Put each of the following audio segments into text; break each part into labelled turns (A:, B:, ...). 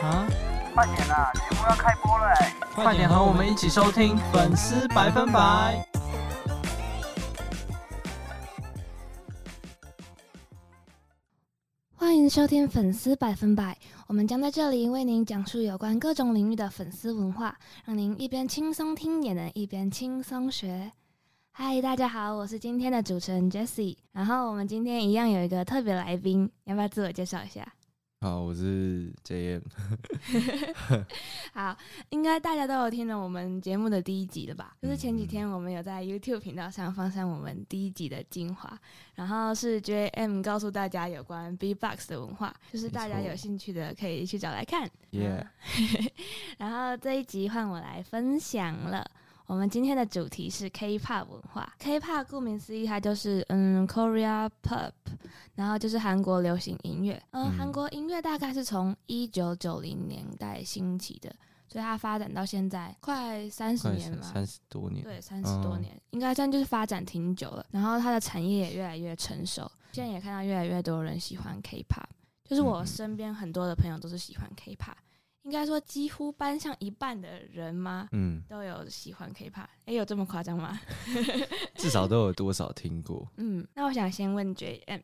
A: 哎快点啦，节目要开播了哎！
B: 快点和我们一起收听《粉丝百分百》。
C: 欢迎收听《粉丝百分百》，我们将在这里为您讲述有关各种领域的粉丝文化，让您一边轻松听，也能一边轻松学。嗨，大家好，我是今天的主持人 Jessie。然后我们今天一样有一个特别来宾，要不要自我介绍一下？
D: 好，我是 JM。
C: 好，应该大家都有听了我们节目的第一集了吧？就是前几
D: 嗯嗯
C: 天我们有在 YouTube 频道上放上我们第一集的精华，然后是 JM 告诉大家有关 B-box 的文化，就是大家
D: 没错
C: 有兴趣的可以去找来看。
D: 耶，
C: 嗯 然后这一集换我来分享了。我们今天的主题是 K-pop 文化。K-pop 顾名思义，它就是嗯 Korea pop，然后就是韩国流行音乐。嗯，
D: 嗯
C: 韩国音乐大概是从一九九零年代兴起的，所以它发展到现在快三十
D: 快
C: 年
D: 三
C: 吧。
D: 三十多年，
C: 对，三十多
D: 嗯
C: 年，应该算就是发展挺久了。然后它的产业也越来越成熟，现在也看到越来越多人喜欢 K-pop。就是我
D: 嗯嗯
C: 身边很多的朋友都是喜欢 K-pop，应该说几乎班上一半的人吗
D: 嗯，
C: 都有喜欢 K-pop。诶，有这么夸张吗？
D: 至少都有多少听过？
C: 嗯，那我想先问 JM，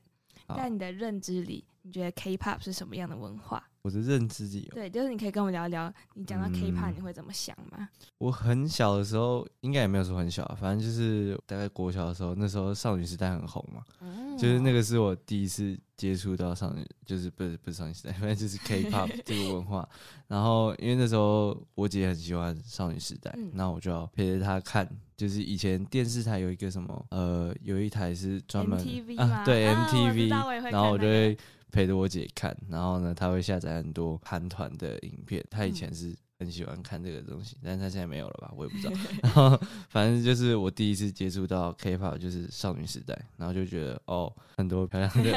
D: 好
C: 在你的认知里，你觉得 K-pop 是什么样的文化？
D: 我的认知里哦，
C: 对，就是你可以跟我聊聊，你讲到 K-pop
D: 嗯
C: 你会怎么想吗？
D: 我很小的时候，应该也没有说很小啊，反正就是大概国小的时候，那时候少女时代很红嘛，就是那
C: 个
D: 个是我第一次接触到少女，就是不是不是少女时代，反正就是 K-pop 这个文化。然后因为那时候我姐很喜欢少女时代
C: 嗯，
D: 那我就要陪着她看。就是以前电视台有一个什么，呃，有一台是专门
C: MTV
D: 啊
C: 吗，
D: 对
C: 啊我知
D: MTV，、
C: 道我也会
D: 然后我
C: 看
D: 就
C: 那个
D: 会陪着我姐看，然后呢，她会下载很多韩团的影片，她以
C: 嗯
D: 前是很喜欢看这个东西，但是她现在没有了吧，我也不知道。 然后反正就是我第一次接触到 K-pop 就是少女时代，然后就觉得哦，很多漂亮的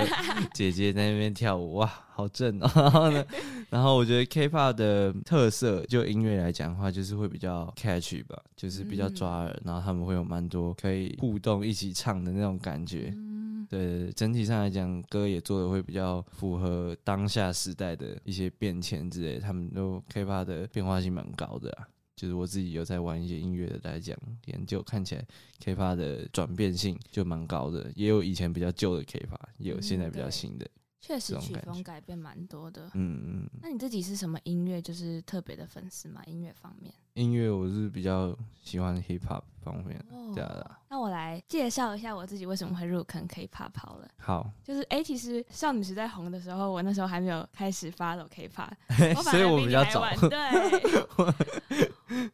D: 姐姐在那边跳舞，哇，好正哦。 然后呢，然后我觉得 K-pop 的特色，就音乐来讲的话，就是会比较 catchy 吧，就是比较抓耳，然后他们会有蛮多可以互动一起唱的那种感觉。
C: 嗯
D: 对，整体上来讲，歌也做的会比较符合当下时代的一些变迁之类，他们都 K-pop 的变化性蛮高的啊。就是我自己有在玩一些音乐的来讲研究，看起来 K-pop 的转变性就蛮高的，也有以前比较旧的 K-pop，也有现在
C: 嗯
D: 比较新的。
C: 确实
D: 这种
C: 曲
D: 感
C: 风
D: 觉
C: 改变蛮多的。
D: 嗯，嗯嗯
C: 那你自己是什么音乐就是特别的粉丝吗？音乐方面？
D: 音乐我是比较喜欢 hip hop 方面的。
C: 哦
D: 对啊对啊
C: 那我来介绍一下我自己为什么会入坑 K-pop 好了。
D: 好，
C: 就是诶，其实少女时代红的时候，我那时候还没有开始 follow K-pop，我反
D: 所以
C: 而
D: 我
C: 比
D: 比
C: 你
D: 较
C: 还
D: 早。
C: 晚对，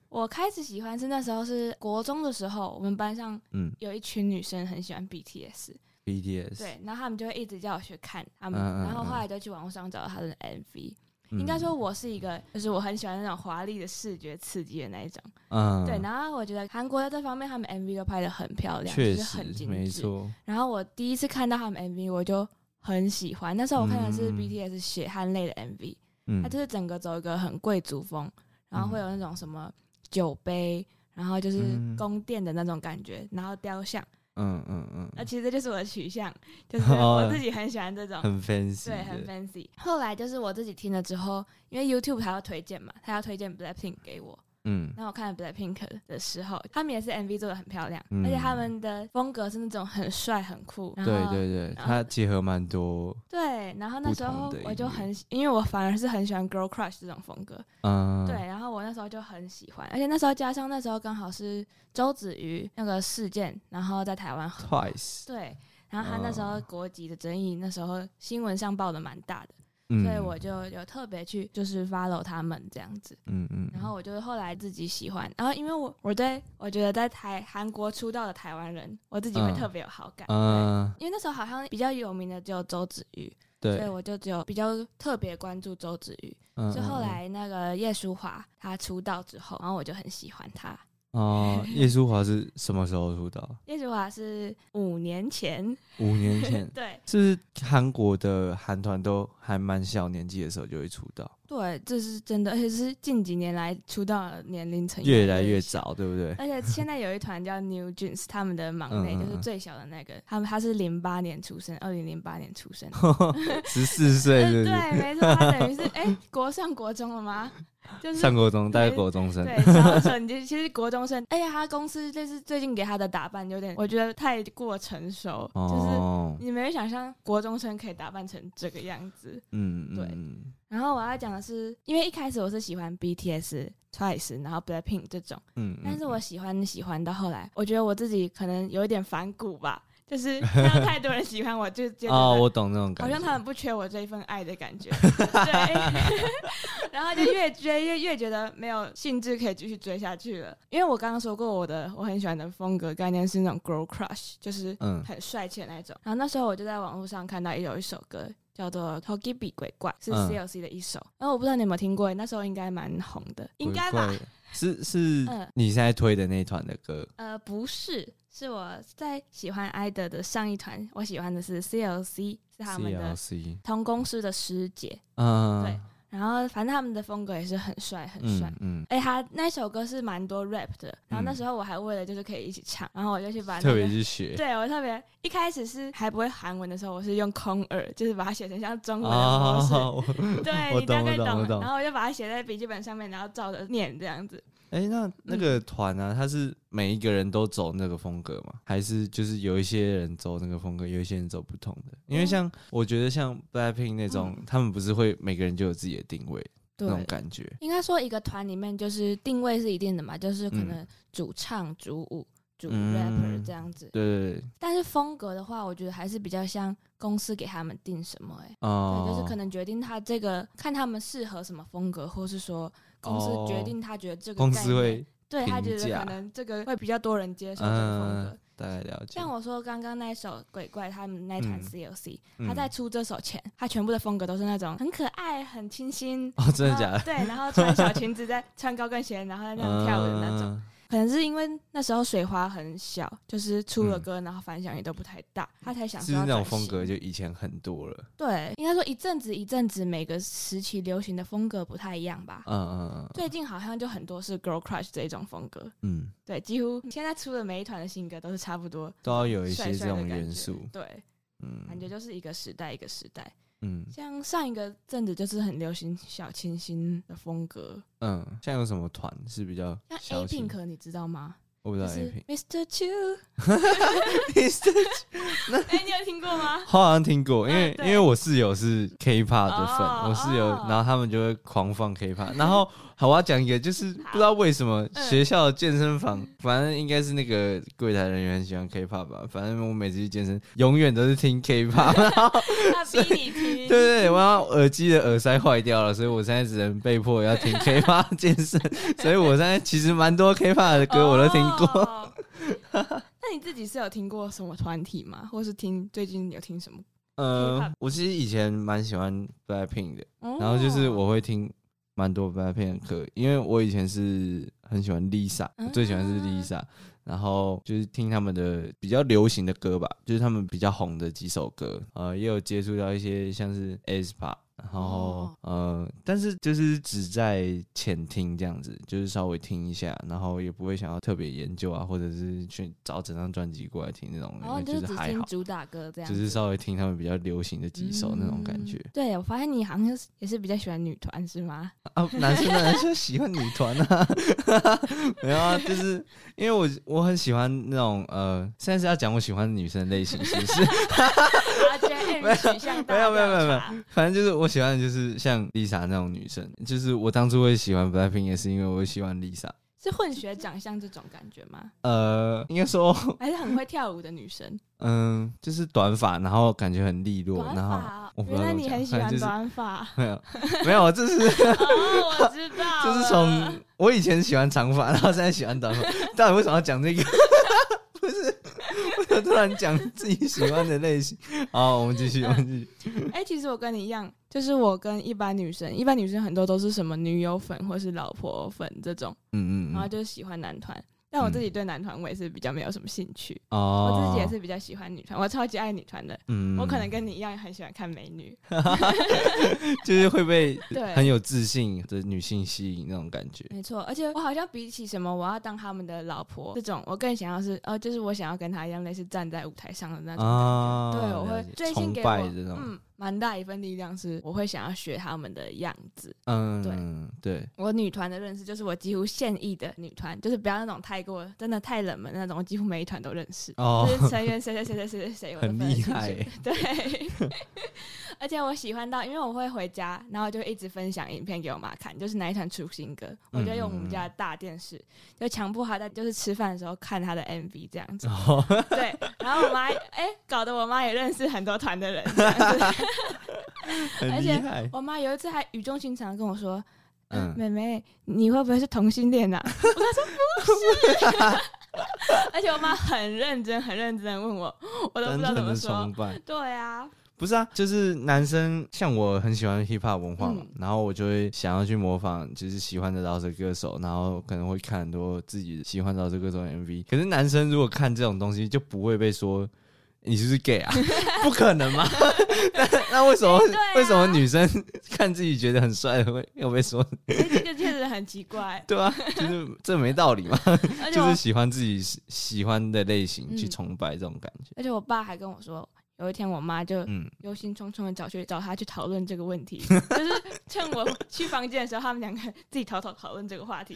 C: 我开始喜欢是那时候是国中的时候，我们班上
D: 嗯
C: 有一群女生很喜欢 BTS，
D: ，BTS
C: 对，然后他们就会一直叫我去看他们，
D: 嗯嗯
C: 然后
D: 嗯
C: 后来就去网络上找到他的 MV。
D: 嗯
C: 应该说，我是一个，就是我很喜欢那种华丽的视觉刺激的那一种。
D: 嗯，
C: 对，然后我觉得韩国在这方面，他们 MV 都拍的很漂亮，
D: 确
C: 就是很
D: 实
C: 精
D: 没
C: 致。
D: 错，
C: 然后我第一次看到他们 MV，我就很喜欢。那时候我看的是
D: 嗯
C: BTS 血汗泪的 MV，、
D: 嗯
C: 它就是整个走一个很贵族风，然后会有那种什么酒杯，然后就是
D: 嗯
C: 宫殿的那种感觉，然后雕像。
D: 嗯嗯嗯
C: 那
D: 嗯，
C: 其实这就是我的取向，就是
D: 哦
C: 我自己很喜欢这种。
D: 很 fancy，
C: 对，很
D: 的
C: fancy。后来就是我自己听了之后，因为 YouTube 它要推荐嘛，它要推荐 Blackpink 给我。
D: 嗯
C: 那我看了 Blackpink 的时候，他们也是 MV 做的很漂亮，
D: 嗯
C: 而且他们的风格是那种很帅很酷。然
D: 对
C: 后
D: 对对，
C: 然后
D: 它结合蛮多，
C: 对然后那时
D: 不
C: 候
D: 同的音乐
C: 我就很，因为我反而是很喜欢 Girl Crush 这种风格。
D: 嗯，
C: 对，，然后我那时候就很喜欢，而且那时候加上那时候刚好是周子瑜那个事件，然后在台湾很
D: Twice，
C: 对。然后他那时候
D: 哦
C: 国籍的争议，那时候新闻上报的蛮大的，
D: 嗯，
C: 所以我就有特别去就是 follow 他们这样子。
D: 嗯嗯，
C: 然后我就后来自己喜欢，然后因为我我对我觉得在台韩国出道的台湾人，我自己会
D: 嗯
C: 特别有好感。对
D: 嗯，
C: 因为那时候好像比较有名的只有周子瑜，
D: 对
C: 所以，我就只有比较特别关注周子瑜。
D: 嗯
C: 就后
D: 嗯嗯
C: 来那个叶舒华她出道之后，然后我就很喜欢她。
D: 哦，叶舒华是什么时候出道？
C: 叶舒华是五年前，
D: 五年前，
C: 对
D: 是不是韩国的韩团都还蛮小年纪的时候就会出道，
C: 对，这是真的，而且是近几年来出道的年龄层
D: 越来越
C: 小
D: 早，对不对？
C: 而且现在有一团叫 New Jeans，他们的忙内
D: 嗯嗯
C: 就是
D: 嗯
C: 最小的那个，他们他是零八年出生，二零零八年 出生。
D: 十四岁
C: 嗯
D: 是不是？
C: 对，没错，他等于是哎、国上国中了吗？就是
D: 上国中，大概国中生，
C: 对，小沈其实其实国中生，而且他公司这次最近给他的打扮有点，我觉得太过成熟，
D: 哦
C: 就是，你没有想象国中生可以打扮成这个样子。
D: 嗯嗯
C: 对
D: 嗯
C: 然后我要讲的是，因为一开始我是喜欢 BTS、Twice，然后 Blackpink 这种，
D: 嗯，
C: 但是我喜欢喜欢到后来，我觉得我自己可能有一点反骨吧， 就是看到太多人喜欢我，就觉得
D: 哦，我懂那种感
C: 好
D: 觉，
C: 像他们不缺我这一份爱的 感觉，对， 然后就越追越越觉得没有兴致可以继续追下去了。因为我刚刚说过，我的我很喜欢的风格概念是那种 girl crush，就是
D: 嗯
C: 很帅气的那种。然后那时候我就在网络上看到有一首歌叫做《Togibi 鬼怪》，是
D: 嗯
C: CLC 的一首。然后我不知道你有没有听过，那时候应该蛮红的，应该吧
D: 鬼？怪，是是
C: 嗯
D: 你现在推的那团的歌，
C: 呃，不是，是我在喜欢 IDOL 的上一团，我喜欢的是 CLC，是他们的
D: CLC，
C: 同公司的师姐。
D: 嗯，
C: 对然后反正他们的风格也是很帅，很帅。
D: 嗯嗯，
C: 哎、他那首歌是蛮多 rap 的，然后那
D: 嗯
C: 时候我还为了就是可以一起唱，然后我就去啊把那
D: 特别
C: 个，
D: 是学，
C: 对我特别一开始是还不会韩文的时候，我是用空耳，就是把它写成像 中文的模式，
D: 哦， 我
C: 对
D: 我
C: 你大
D: 懂我
C: 概
D: 懂我
C: 了
D: 懂
C: 然后我就把它写在笔记本上面，然后照着念这样子。
D: 哎、那
C: 嗯
D: 那个团啊，他是每一个人都走那个风格吗？还是就是有一些人走那个风格，有一些人走不同的？因为
C: 嗯
D: 像我觉得像 Blackpink 那种，他们不是会每个人就有自己的定位那
C: 对，
D: 种感觉，
C: 应该说一个团里面就是定位是一定的嘛，就是可
D: 嗯
C: 能主唱、主舞、主
D: 嗯
C: rapper 这样子。
D: 对对对，
C: 但是风格的话，我觉得还是比较像公司给他们定什么、哎。
D: 哦、
C: 对，就是可能决定他这个，看他们适合什么风格，或是说公司决定他觉得这个
D: 哦公
C: 概
D: 司
C: 念
D: 会
C: 对他觉
D: 评
C: 得
D: 价
C: 可能这个会比较多人接受这个风
D: 嗯、
C: 格。
D: 大概了解，
C: 像我说刚刚那一首《鬼怪》，他们那一团
D: 嗯
C: CLC，、
D: 嗯
C: 他在出这首前，他全部的风格都是那种很可爱、很清新。
D: 哦，真的
C: 然后
D: 假的？
C: 对，然后穿小裙子，再穿高跟鞋，然后在那样跳舞的那种。
D: 嗯
C: 可能是因为那时候水花很小，就是出了歌，然后反响也都不太大，他才想
D: 嗯是
C: 说
D: 不是
C: 要
D: 那种
C: 转
D: 风
C: 型
D: 格就以前很多了，
C: 对，应该说一阵子一阵子，每个时期流行的风格不太一样吧。
D: 嗯嗯嗯
C: 最近好像就很多是 girl crush 这一种风格，
D: 嗯，
C: 对，几乎现在出的每一团的新歌都是差不多
D: 都要有一
C: 帅
D: 些这
C: 帅的
D: 种
C: 感觉，
D: 元素，
C: 对，
D: 嗯，
C: 感觉就是一个时代一个时代。
D: 嗯
C: 像上一个阵子就是很流行小清新的风格，
D: 嗯，像有什么团是比较
C: 像
D: 小
C: A
D: 型
C: Pink 你知道吗？
D: 我不知
C: 就
D: 道 A
C: 是
D: Pink。
C: Mr. Chu，哎、 你有听过 吗？
D: 好像听过，因
C: 嗯
D: 为、
C: 对
D: 因为我室友是 K-pop 的粉，
C: 哦
D: 我室友，
C: 哦
D: 然后他们就会狂放 K-pop。然后好，我要讲一个，就是不知道为什么
C: 嗯
D: 学校的健身房，反正应该是那个柜台人员很喜欢 K-pop 吧。反正我每次去健身，永远都是听 K-pop。然 后
C: 他逼你听
D: 对，对对，我要耳机的耳塞坏掉了，所以我现在只能被迫要听 K-pop 健身。所以我现在其实蛮多 K-pop 的歌我都听过。
C: 哦 那你自己是有听过什么团体吗？或是听最近有听什么？
D: 呃
C: K-pop，
D: 我其实以前蛮喜欢 Blackpink 的。
C: 哦
D: 然后就是我会听蛮多 Blackpink 的歌，因为我以前是很喜欢 Lisa，我最喜欢是
C: 啊
D: Lisa，然后就是听他们的比较流行的歌吧，就是他们比较红的几首歌，呃，也有接触到一些像是 aespa。然后、
C: 哦
D: 呃，但是就是只在浅听这样子，就是稍微听一下，然后也不会想要特别研究啊，或者是去找整张专辑过来听那种，
C: 然
D: 因
C: 后
D: 为
C: 哦就是
D: 是
C: 只
D: 还
C: 听
D: 好，
C: 主打歌这样
D: 只
C: 子，
D: 是稍微听他们比较流行的几首那种感觉。
C: 嗯对，我发现你好像是也是比较喜欢女团是吗？
D: 啊，男生当然就喜欢女团啊， 没有啊，就是因为我我很喜欢那种呃，现在是要讲我喜欢女生类型是不是？
C: 啊，JM 取向大
D: 没有没有没有
C: 调
D: 没有
C: 查，
D: 反正就是我喜欢的就是像 Lisa 那种女生，就是我当初会喜欢 BLACKPINK 也是因为我喜欢 Lisa，
C: 是混血长相这种感觉吗？
D: 呃，应该说
C: 还是很会跳舞的女生？
D: 嗯、就是短发，然后感觉很利落，
C: 短
D: 然后
C: 发
D: 我
C: 哦，
D: 不知
C: 原
D: 道
C: 来你
D: 怎么讲
C: 很喜
D: 反
C: 欢
D: 正
C: 短发
D: 没有没有，这是
C: 哦，我知道 了，
D: 这是从我以前喜欢长发，然后现在喜欢短发， 到底为什么要讲这个？ 不是，为什么突然讲自己喜欢的类型？好，我们继续，我们继续。
C: 哎、其实我跟你一样，就是我跟一般女生，一般女生很多都是什么女友粉或是老婆粉这种，
D: 嗯嗯
C: 然后
D: 嗯，
C: 就是喜欢男团。但我自己对男团我也是比较没有什么兴趣，
D: 哦
C: 我自己也，是比较喜欢女团，我超级爱女团的。
D: 嗯
C: 我可能跟你一样很喜欢看美女，
D: 就是会被
C: 对
D: 很有自信的女性吸引那种感觉。
C: 没错。而且我好像比起什么我要当他们的老婆这种，我更想要是哦，就是我想要跟他一样类似站在舞台上的那种。
D: 啊
C: 嗯对，我会
D: 了解
C: 最近
D: 崇
C: 给我
D: 拜的那种，
C: 嗯蛮大一份力量是我会想要学他们的样子。
D: 嗯，对
C: 我女团的认识就是我几乎现役的女团，就是不要那种太过真的太冷门的那种，我几乎每一团都认识。
D: 哦，
C: 就是成员谁谁谁谁谁谁谁，我都
D: 很
C: 分得
D: 厉
C: 清楚
D: 害欸。
C: 对，而且我喜欢到，因为我会回家，然后就一直分享影片给我妈看，就是哪一团出新歌，我就用我们家的大电视，就强迫她在就是吃饭的时候看她的 MV 这样子。
D: 哦，
C: 对，然后我妈哎、搞得我妈也认识很多团的人这样子。
D: 很
C: 而
D: 厉
C: 且
D: 害，
C: 我妈有一次还语重心长地跟我说。
D: 嗯
C: 妹妹，你会不会是同性恋 呐、啊？我说 不是，而且我妈很认真、很认真的问我，我都不
D: 单
C: 知道
D: 纯
C: 怎么
D: 的
C: 说
D: 崇。拜。
C: 对啊，
D: 不是啊，就是男生像我很喜欢 hip hop 文化嘛，
C: 嗯
D: 然后我就会想要去模仿，就是喜欢的饶舌歌手，然后可能会看很多自己喜欢饶舌歌手的 MV。可是男生如果看这种东西，就不会被说你是不是 gay 啊？ 不可能嘛？那那为什么、
C: 对啊
D: 为什么女生看自己觉得很帅的会又被说？。
C: 这个确实很奇怪
D: 对啊，就是这没道理嘛，
C: 而且
D: 就
C: 我，
D: 是喜欢自己喜喜欢的类型去
C: 嗯
D: 崇拜这种感觉。
C: 而且我爸还跟我说，有一天我妈就
D: 嗯，
C: 忧心忡忡的找去找他去讨论这个问题， 就是趁我去房间的时候，他们两个自己偷偷讨论这个话题。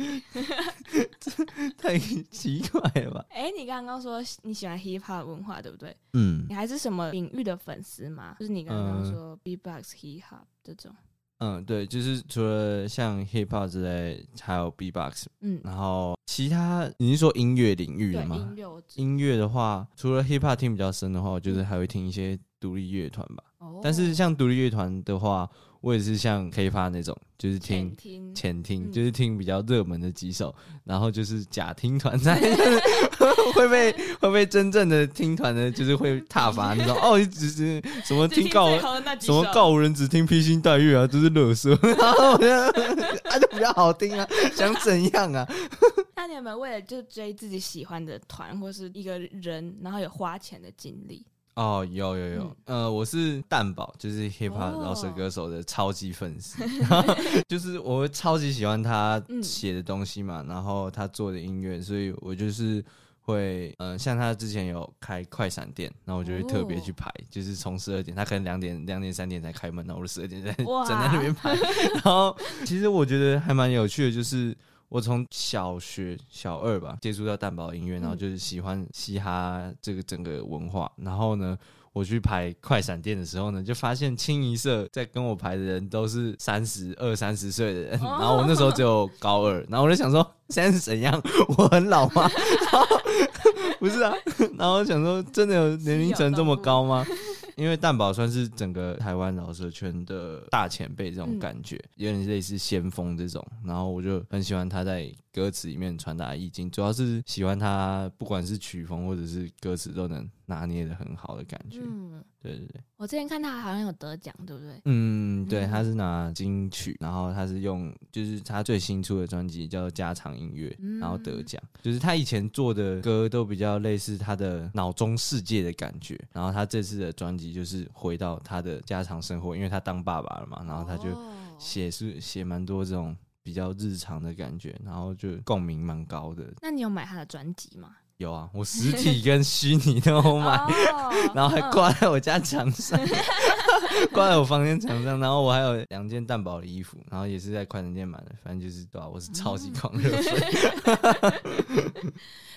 D: 太奇怪了吧？
C: 哎、你刚刚说你喜欢 hip hop 文化，对不对？
D: 嗯
C: 你还是什么领域的粉丝吗？就是你刚刚说呃 B-box、hip hop 这种，
D: 嗯，对，就是除了像 hip hop 之类，还有 B-box，
C: 嗯，
D: 然后其他你是说音乐领域
C: 对
D: 的
C: 音
D: 吗？
C: 乐我知
D: 音乐的话，除了 hip hop 听比较深的话，我就是还会听一些独立乐团吧。
C: 哦
D: 但是像独立乐团的话，我也是像 K-pop 那种，就是听
C: 前听
D: 前听，
C: 嗯
D: 就是听比较热门的几首，然后就是假听团在 会被会被真正的听团的，就是会踏伐那种哦，只是什么
C: 只
D: 听告
C: 最后哦的那几
D: 什
C: 首
D: 么告五人只听披星戴月啊，都是乐色， 然后我就啊就比较好 听啊，想怎样啊？
C: 那你有没有为了就追自己喜欢的团或是一个人，然后有花钱的经历？
D: 哦，有有有，呃，我是蛋堡，就是 hip hop
C: 哦
D: 饶舌歌手的超级 粉丝，就是我超级喜欢他
C: 嗯
D: 写的东西嘛，然后他做的音乐，所以我就是会，嗯、像他之前有开快闪店，然后我就会特
C: 哦
D: 别去排，就是从十二点，他可能两点、两点、三点才开门，然后我十二点在
C: 哇
D: 站在那 边排，然后其实我觉得还蛮有趣的，就是。我从小学小二吧接触到蛋堡音
C: 嗯
D: 乐，然后就是喜欢嘻哈这个整个文化。然后呢，我去排快闪店的时候呢，就发现清一色在跟我排的人都是三十二、三十岁的人，
C: 哦
D: 然后我那时候只有高二，然后我就想说现在是怎样？我很老吗？然后 不是啊，然后我想说真的有年龄层这么高吗？因为蛋宝算是整个台湾饶舌圈的大前辈，这种感觉、有点类似先锋这种。然后我就很喜欢他在歌词里面传达的意境，主要是喜欢他不管是曲风或者是歌词都能拿捏的很好的感觉。
C: 嗯，
D: 对对对，
C: 我之前看他好像有得奖，对不对？
D: 嗯，对，
C: 嗯
D: 他是拿金曲，然后他是用就是他最新出的专辑叫《家常音乐》，
C: 嗯
D: 然后得奖。就是他以前做的歌都比较类似他的脑中世界的感觉，然后他这次的专辑就是回到他的家常生活，因为他当爸爸了嘛，然后他就
C: 哦
D: 写是写蛮多这种比较日常的感觉，然后就共鸣蛮高的。
C: 那你有买他的专辑 吗？
D: 有啊，我实 体跟虚拟，Oh 都有买。
C: 哦
D: 然后还挂在我家墙上， 挂在我房间墙上。然后我还有两件蛋堡的衣服，然后也是在快餐店买的。反正就是对吧、啊
C: 哦
D: 我是超级狂热粉。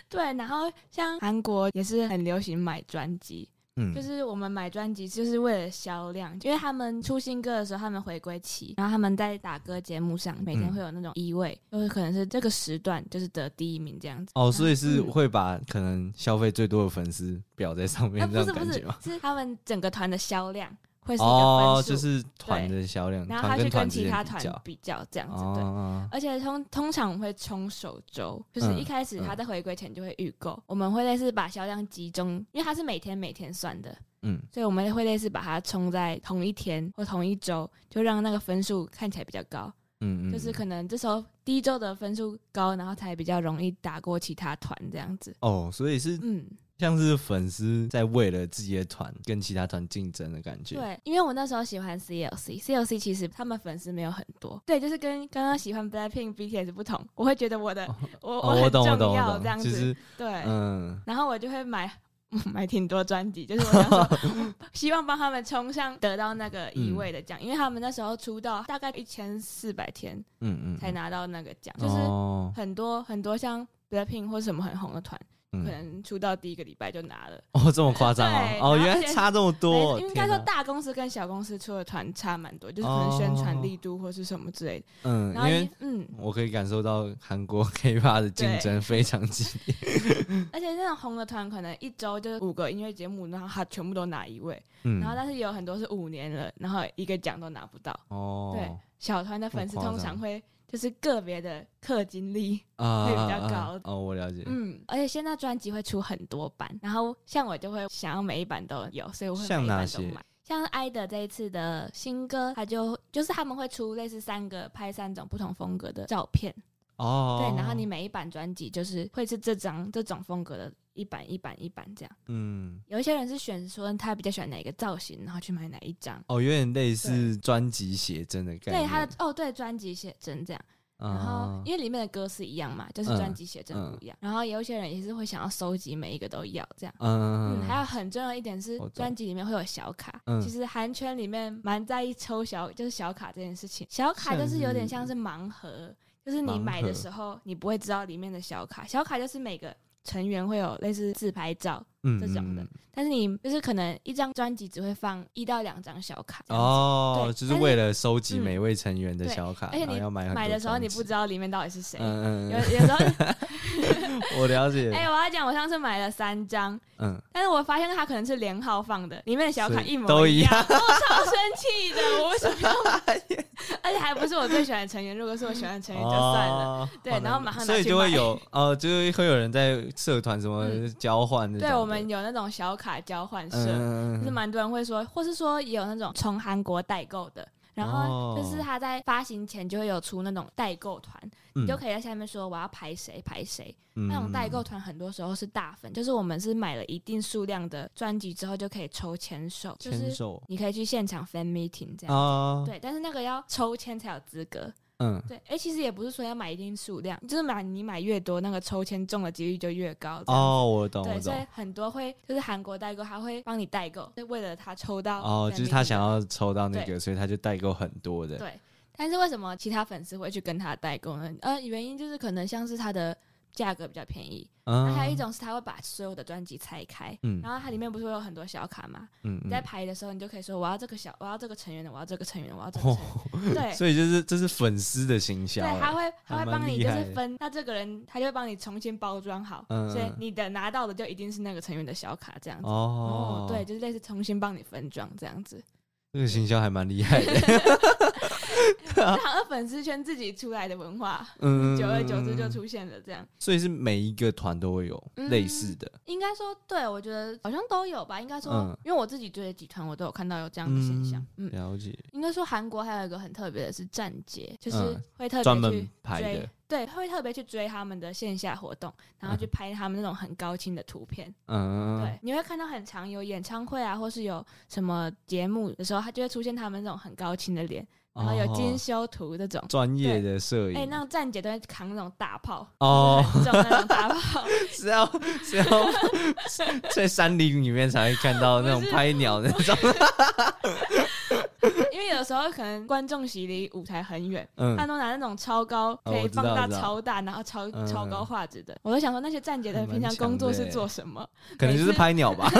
C: 对，然后像韩国也是很流行买专辑，
D: 嗯，
C: 就是我们买专辑就是为了销量，因为他们出新歌的时候，他们回归期，然后他们在打歌节目上每天
D: 嗯
C: 会有那种一位，就是可能是这个时段就是得第一名这样子。
D: 哦，所以是
C: 嗯
D: 会把可能消费最多的粉丝表在上
C: 啊，
D: 面，
C: 不
D: 这
C: 是
D: 种
C: 不
D: 感
C: 是
D: 觉吗？，
C: 是他们整个团的销量会是一个
D: 哦
C: 分，数，
D: 就是团的销量，
C: 然后他
D: 团
C: 去
D: 团
C: 跟
D: 之
C: 其
D: 间
C: 他
D: 比
C: 团
D: 较。
C: 比较这样子，对。
D: 哦，
C: 而且通通常我们会冲首周，就是
D: 嗯
C: 一开始他在回归前就会预购，我们会类似把销量集中，因为它是每天每天算的，
D: 嗯，
C: 所以我们会类似把它冲在同一天或同一周，就让那个分数看起来比较高。
D: 嗯嗯，
C: 就是可能这时候第一周的分数高，然后才比较容易打过其他团这样子。
D: 哦，所以是
C: 嗯，
D: 像是粉丝在为了自己的团跟其他团竞争的感觉。，
C: 对，因为我那时候喜欢 CLC，CLC 其实他们粉丝没有很多，对，就是跟刚刚喜欢 BLACKPINK、BTS 不同，我会觉得我的、我
D: 哦，
C: 很
D: 懂我
C: 重
D: 懂我
C: 要这样
D: 懂，
C: 子，
D: 就是
C: 对，
D: 嗯，
C: 然后我就会买 买挺多专辑，就是我想 说，嗯希望帮他们冲上得到那个
D: 嗯
C: 一位的奖，因为他们那时候出道大概一千四百天
D: 嗯嗯，
C: 才
D: 嗯
C: 拿到那个奖，就是
D: 哦
C: 很多很多像 Blackpink 或什么很红的团，
D: 嗯
C: 可能出道第一个礼拜就拿了。
D: 哦这么夸张
C: 对然
D: 哦，哦
C: 后
D: 原
C: 而
D: 来
C: 且
D: 差这么多，
C: 应该说
D: 天哪
C: 大公司跟小公司出的团差蛮多，就是可能宣传力度或是什么之类的。
D: 哦嗯，
C: 然
D: 因
C: 后
D: 为
C: 也嗯，
D: 我可以感受到韩国 K-pop 的竞争非常激烈，
C: 而且那种红的团可能一周就是五个音乐节目，然后他全部都拿一位，
D: 嗯，
C: 然后但是也有很多是五年了，然后一个奖都拿不到。
D: 哦，
C: 对小团的粉丝通常会就是个别的氪金力，
D: 啊，
C: 会比较
D: 啊
C: 高
D: 哦，我了解，
C: 嗯，而且现在专辑会出很多版，然后像我就会想要每一版都有，所以我会
D: 像
C: 每一
D: 哪
C: 版
D: 些
C: 都买。像艾德这一次的新歌，他就就是他们会出类似三个拍三种不同风格的照片，
D: 哦，
C: 对，然后你每一版专辑就是会是这张这种风格的一版一版一版这样。
D: 嗯。
C: 有一些人是选说他比较喜欢哪一个造型，然后去买哪一张。
D: 哦，有点类似专辑写真的概念。
C: 对他的哦，对专辑写真这样，
D: 啊，
C: 然后因为里面的歌是一样嘛，就是
D: 嗯
C: 专辑写真不一样。然后有一些人也是会想要收集每一个都要这样。
D: 嗯
C: 嗯，还有很重要一点是
D: 我懂，
C: 专辑里面会有小卡。
D: 嗯
C: 其实韩圈里面蛮在意抽小，就是小卡这件事情。小卡就是有点像是盲盒，就是你买的时候你不会知道里面的小卡。小卡就是每个成员会有类似自拍照，
D: 嗯
C: 这种的
D: 嗯
C: 但是你就是可能一张专辑只会放一到两张小卡这样子。
D: 哦
C: 对，
D: 就是
C: 但是
D: 为了收集
C: 嗯
D: 每位成员的
C: 对
D: 小卡，
C: 而且
D: 然后
C: 你
D: 要买很
C: 买
D: 多
C: 的时候
D: 张
C: 你
D: 纸
C: 不知道里面到底是谁。
D: 嗯
C: 有
D: 嗯
C: 有时候，
D: 嗯，我了解。
C: 哎、我要讲，我上次买了三张，
D: 嗯，
C: 但是我发现它可能是连号放的，里面的小卡
D: 是
C: 一模
D: 都一
C: 一样，我超生气的，我为什么要 买？而且还不是我最喜欢的成员，如果是我喜欢的成员就算了。
D: 哦
C: 对
D: 好难
C: 然后马上拿
D: 所以
C: 去
D: 就会
C: 卖
D: 有哦，就是会有人在社团什么交换那种的。
C: 嗯对我们有那种小卡交换社，
D: 嗯
C: 就是蛮多人会说，或是说也有那种从韩国代购的。然后就是
D: 哦
C: 他在发行前就会有出那种代购团，你就
D: 以
C: 可以在下面说我要排谁排谁。那
D: 那
C: 种代
D: 嗯
C: 购团很多时候是大粉，就是我们是买了一定数量的专辑之后就可以抽签售，就
D: 牵
C: 是
D: 手
C: 你可以去现场 fan meeting 这样。
D: 啊，
C: 对，但是那个要抽签才有资格。
D: 嗯，
C: 对，哎、其实也不是说要买一定数量，就是买你买越多，那个抽签中的几率就越高。这样子
D: 哦，我懂，我
C: 对，所以
D: 懂。
C: 很多会就是韩国代购，他会帮你代购，就为了他抽到
D: 哦，
C: 在
D: 就
C: 那
D: 是他
C: 边
D: 想
C: 的
D: 要抽到那
C: 对
D: 个，所以他就代购很多的。
C: 对。但是为什么其他粉丝会去跟他代购呢？呃，原因就是可能像是他的价格比较便宜，那
D: 嗯，
C: 还有一种是他会把所有的专辑拆开，
D: 嗯，
C: 然后它里面不是会有很多小卡嘛？
D: 嗯
C: 你在
D: 嗯，
C: 排的时候，你就可以说我要这个小，我要这个成员的，我要这个成员的，我要这个成员的。对，
D: 哦 所以就是这是粉丝的行销
C: 对，
D: 欸，
C: 他会他
D: 还
C: 会帮
D: 蛮
C: 你
D: 厉
C: 就
D: 害
C: 是
D: 的
C: 分，那这个人他就会帮你重新包装好，
D: 嗯
C: 所以
D: 嗯
C: 你的拿到的就一定是那个成员的小卡这样子。
D: 哦，
C: 对，，就是类似重新帮你分装这样 子，
D: 这个行销还蛮厉害的，嗯
C: 这好像粉丝圈自己出来的文化，
D: 嗯，
C: 久而久之
D: 嗯
C: 就，
D: 嗯嗯
C: 出现了这样。
D: 所以是每一个团都会有
C: 嗯
D: 类似的，
C: 应该说，对我觉得好像都有吧。应该说，
D: 嗯
C: 因为我自己追的几团，我都有看到有这样的现象。嗯，
D: 了解，
C: 应该说韩国还有一个很特别的是站街，就是
D: 嗯
C: 会特
D: 专
C: 别
D: 门
C: 去
D: 排
C: 追，
D: 的
C: 对，会特别去追他们的线下活动，然后去拍他们那种很高清的图片。
D: 嗯，
C: 对，你会看到很常有演唱会啊，或是有什么节目的时候，他就会出现他们那种很高清的脸，然后有
D: 哦
C: 精修图这种。
D: 专业的摄
C: 哎、
D: 影，
C: 那种站姐都会扛那种大炮，
D: 哦
C: 就是很重那种大炮，
D: 是要是要在山林里面才会看到那种
C: 不是
D: 拍鸟那种，
C: 因为有时候可能观众席离舞台很远，
D: 嗯哦
C: 他，都拿那种超高，可
D: 我
C: 以
D: 知道
C: 放大
D: 我知道
C: 超大，然后超
D: 嗯
C: 超高画质的。我就想说，那些站姐的
D: 还蛮
C: 平常工作
D: 强
C: 是
D: 的欸
C: 做什么？
D: 可能就是
C: 每次
D: 拍鸟吧，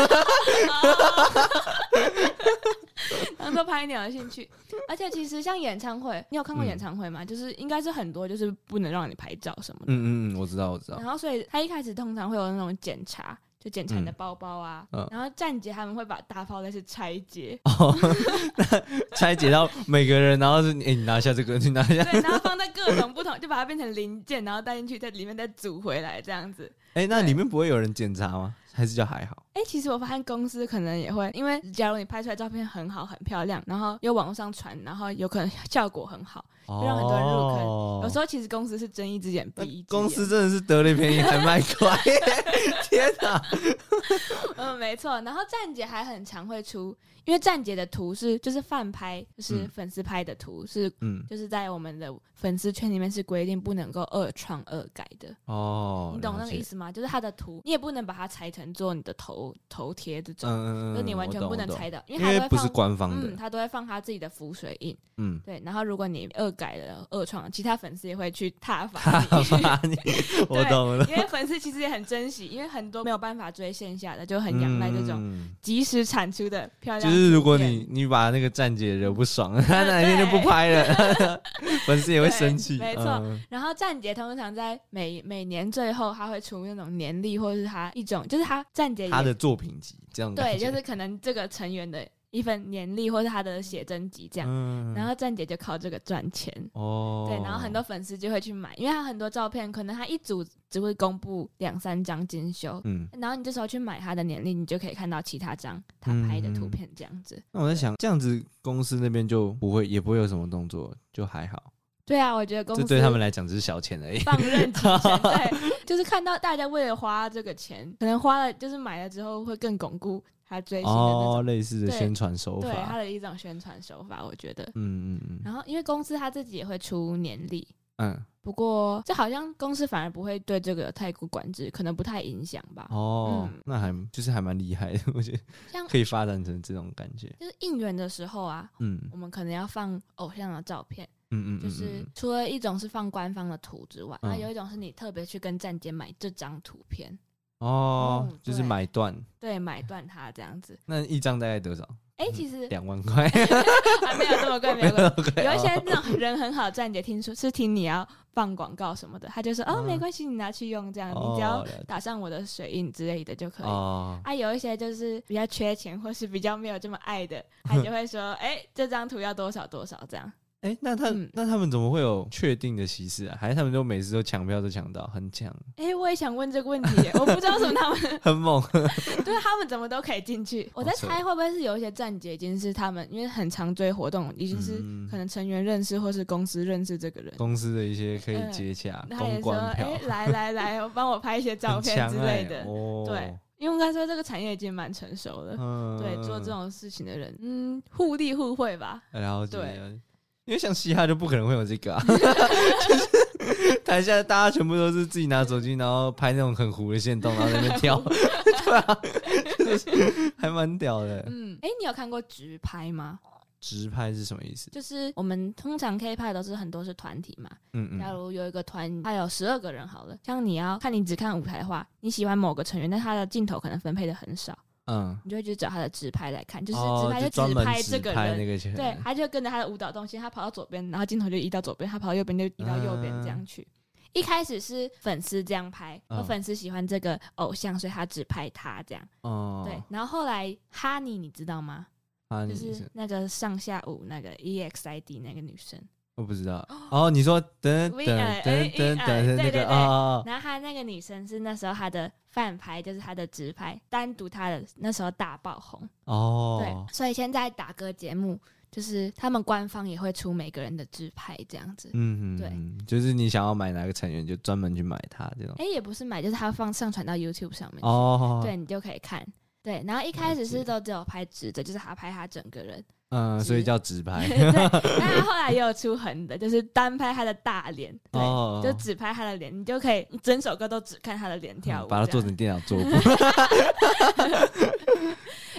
C: 然后拍鸟的兴趣。而且其实像演唱会，你有看过
D: 嗯
C: 演唱会吗？就是应该是很多就是不能让你拍照什么的。
D: 嗯嗯嗯，我知道我知道
C: 然，后所以他一开始通常会有那种检查。就检查你的
D: 嗯
C: 包包啊，
D: 嗯
C: 然后站姐他们会把大炮再去拆 解，
D: 哦，那拆解到每个人，然后是哎你拿下这个，你拿下，
C: 对，然后放在各种不同，就把它变成零件，然后带进去，在里面再组回来这样子。
D: 哎，那
C: 对
D: 里面不会有人检查吗？还是就还好？
C: 哎、其实我发现公司可能也会，因为假如你拍出来照片很好、很漂亮，然后又网络上传，然后有可能 效果很好，
D: 哦，
C: 让很多人入坑有时候其实公司是睁一只眼闭
D: 那
C: 一只眼。
D: 哦呃公司，真的是得了便宜还卖 乖，天哪！
C: 嗯，没错。然后站姐还很常会出，因为站姐的图是就是饭拍，就是
D: 嗯
C: 粉丝拍的图是。
D: 嗯，
C: 就是在我们的粉丝圈里面是规定不能够二创二改的，
D: 哦，
C: 你懂那
D: 了
C: 个
D: 解
C: 意？思吗？就是它的图你也不能把它裁成能做你的头头贴这种，
D: 嗯嗯，
C: 就你完全不能
D: 猜，
C: 猜到，因
D: 因
C: 为
D: 为
C: 它都
D: 不
C: 会
D: 是
C: 放。
D: 官方
C: 嗯，
D: 的，
C: 他都会放他自己的浮水印，
D: 嗯，
C: 对。然后如果你恶改了、恶创，其他粉丝也会去挞
D: 哈
C: 伐
D: 哈
C: 你，
D: 哈你 我
C: 对
D: 懂了，
C: 因为粉丝其实也很珍惜，因为很多没有办法追线下的，就很仰赖这种
D: 嗯
C: 及时产出的漂亮图
D: 就
C: 片。
D: 是如果你你 把那个站姐惹不爽，他哪一天就不拍 了，粉丝也会生气。
C: 嗯对没错
D: 嗯
C: 然后站姐通常在每每年最后，他会出那种年历，或者是他一种，就是他站姐也
D: 他的作品集这样
C: 对，就是可能这个成员的一份年历，或是他的写真集这样。
D: 样
C: 然后站姐就靠这个赚钱，
D: 嗯哦，
C: 对，然后很多粉丝就会去买，因为他很多照片，可能他一组只会公布两三张精修。
D: 嗯，
C: 然后你这时候去买他的年历，你就可以看到其他张他拍的图片这样子。
D: 那我在想，这样子公司那边就不会也不会有什么动作，就还好，
C: 对啊，我觉得公
D: 这
C: 司
D: 对他们来讲只是小钱而已。
C: 放任期 权，对，就是看到大家为了花这个钱，可能花了就是买了之后会更巩固他追星的那种，
D: 哦，类似的
C: 对
D: 宣传手
C: 对他
D: 法，
C: 的一种宣传手法，我觉得。
D: 嗯嗯嗯
C: 然后因为公司他自己也会出年历，
D: 嗯，
C: 不过这好像公司反而不会对这个有太过管制，可能不太影响吧。
D: 哦
C: 嗯，
D: 那还就是还蛮厉害的，我觉得
C: 像
D: 可以发展成这种感觉。
C: 就是应援的时候啊，
D: 嗯
C: 我们可能要放偶像的照片，
D: 嗯嗯，
C: 就是除了一种是放官方的图之外，
D: 嗯
C: 然后有一种是你特别去跟站姐买这张图片，哦，
D: 哦就是
C: 对
D: 买断，
C: 对，买断它这样子。
D: 那一张大概多少？
C: 哎、其实
D: 两万块，
C: 还没有这么贵，没有这么贵。
D: OK，
C: 有一些
D: 哦
C: 那种人很好站姐，听说是听你要放广告什么的，他就说哦，
D: 嗯
C: 没关系，你拿去用这样，
D: 哦
C: 你只要
D: 了解
C: 打上我的水印之类的就可以。
D: 哦，
C: 啊，有一些就是比较缺钱或是比较没有这么爱的，他就会说，哎、这张图要多少多少这样。
D: 哎，那他
C: 嗯
D: 那他们怎么会有确定的歧视啊？还是他们都每次都抢票都抢到，很强，
C: 哎、我也想问这个问题耶，我不知道为什么他们，
D: 很猛，
C: 对他们怎么都可以进去。我在
D: 好扯
C: 猜会不会是有一些站姐已经是他们，因为很常追活动，已经是
D: 嗯
C: 可能成员认识或是公司认识这个人，
D: 公司的一些可以
C: 嗯
D: 接洽
C: 他也说：“
D: 公关
C: 哎、
D: 票，
C: 来来来，我帮我拍一些照
D: 很
C: 片
D: 强
C: 之
D: 哎
C: 类的。
D: 哦，
C: 对，因为应该说这个产业已经蛮成熟了。
D: 嗯
C: 对，做这，种事情的人，嗯，互利互惠吧。
D: 然后
C: 对
D: 因为像嘻哈就不可能会有这 个啊，就是台下大家全部都是自己拿手机，然后拍那种很糊的线动，然后在那边跳， 对啊，就是还蛮屌的。
C: 嗯，哎、你有看过直拍吗？
D: 直拍是什么意思？
C: 就是我们通常 K 派都是很多是团体嘛。
D: 嗯
C: 假
D: 嗯，
C: 如有一个团，它有十二个人好了，像你要看你只看舞台的话，你喜欢某个成员，但他的镜头可能分配的很少，
D: 嗯，
C: 你就会去找他的直拍来看，就是
D: 哦
C: 直拍
D: 专
C: 只
D: 门
C: 拍
D: 只
C: 这个
D: 拍
C: 人
D: 那。个人
C: 对，他就跟着他的舞蹈动线，他跑到左边，然后镜头就移到左边，他跑到右边就移到右边，这样去。一开始是粉丝这样拍，
D: 嗯
C: 我粉丝喜欢这个偶像，所以他只拍他这样。
D: 哦，
C: 对，然后后来哈尼你知道吗？
D: 啊，
C: 就
D: 你
C: 是那个上下舞那个 E EXID 那个女生，
D: 我不知 道。哦，你说等等
C: V I 哎
D: 等
C: A
D: 等
C: I，
D: 等那
C: 对对对
D: 个啊，
C: 然后她那个女生是那时候她的饭拍，就是她的直拍，单独她的那时候大爆红。
D: 哦，
C: 对，所以现在打歌节目就是他们官方也会出每个人的直拍这样子。
D: 嗯，
C: 对
D: 嗯，就是你想要买哪个成员，就专门去买它这种。
C: 哎、也不是买，就是他放上传到 YouTube 上面去，
D: 哦，
C: 对，你就可以看。对，然后一开始
D: 了
C: 是
D: 解
C: 都只有拍直的，就是他拍他整个 人，
D: 嗯，所以叫直 拍。
C: 对。但他后来也有出横的，就是单拍他的大脸，对，
D: 哦
C: 就只拍他的脸，你就可以你整首歌都只看他的脸跳舞、
D: 嗯把它
C: 这
D: 做
C: 样
D: 成电脑桌布。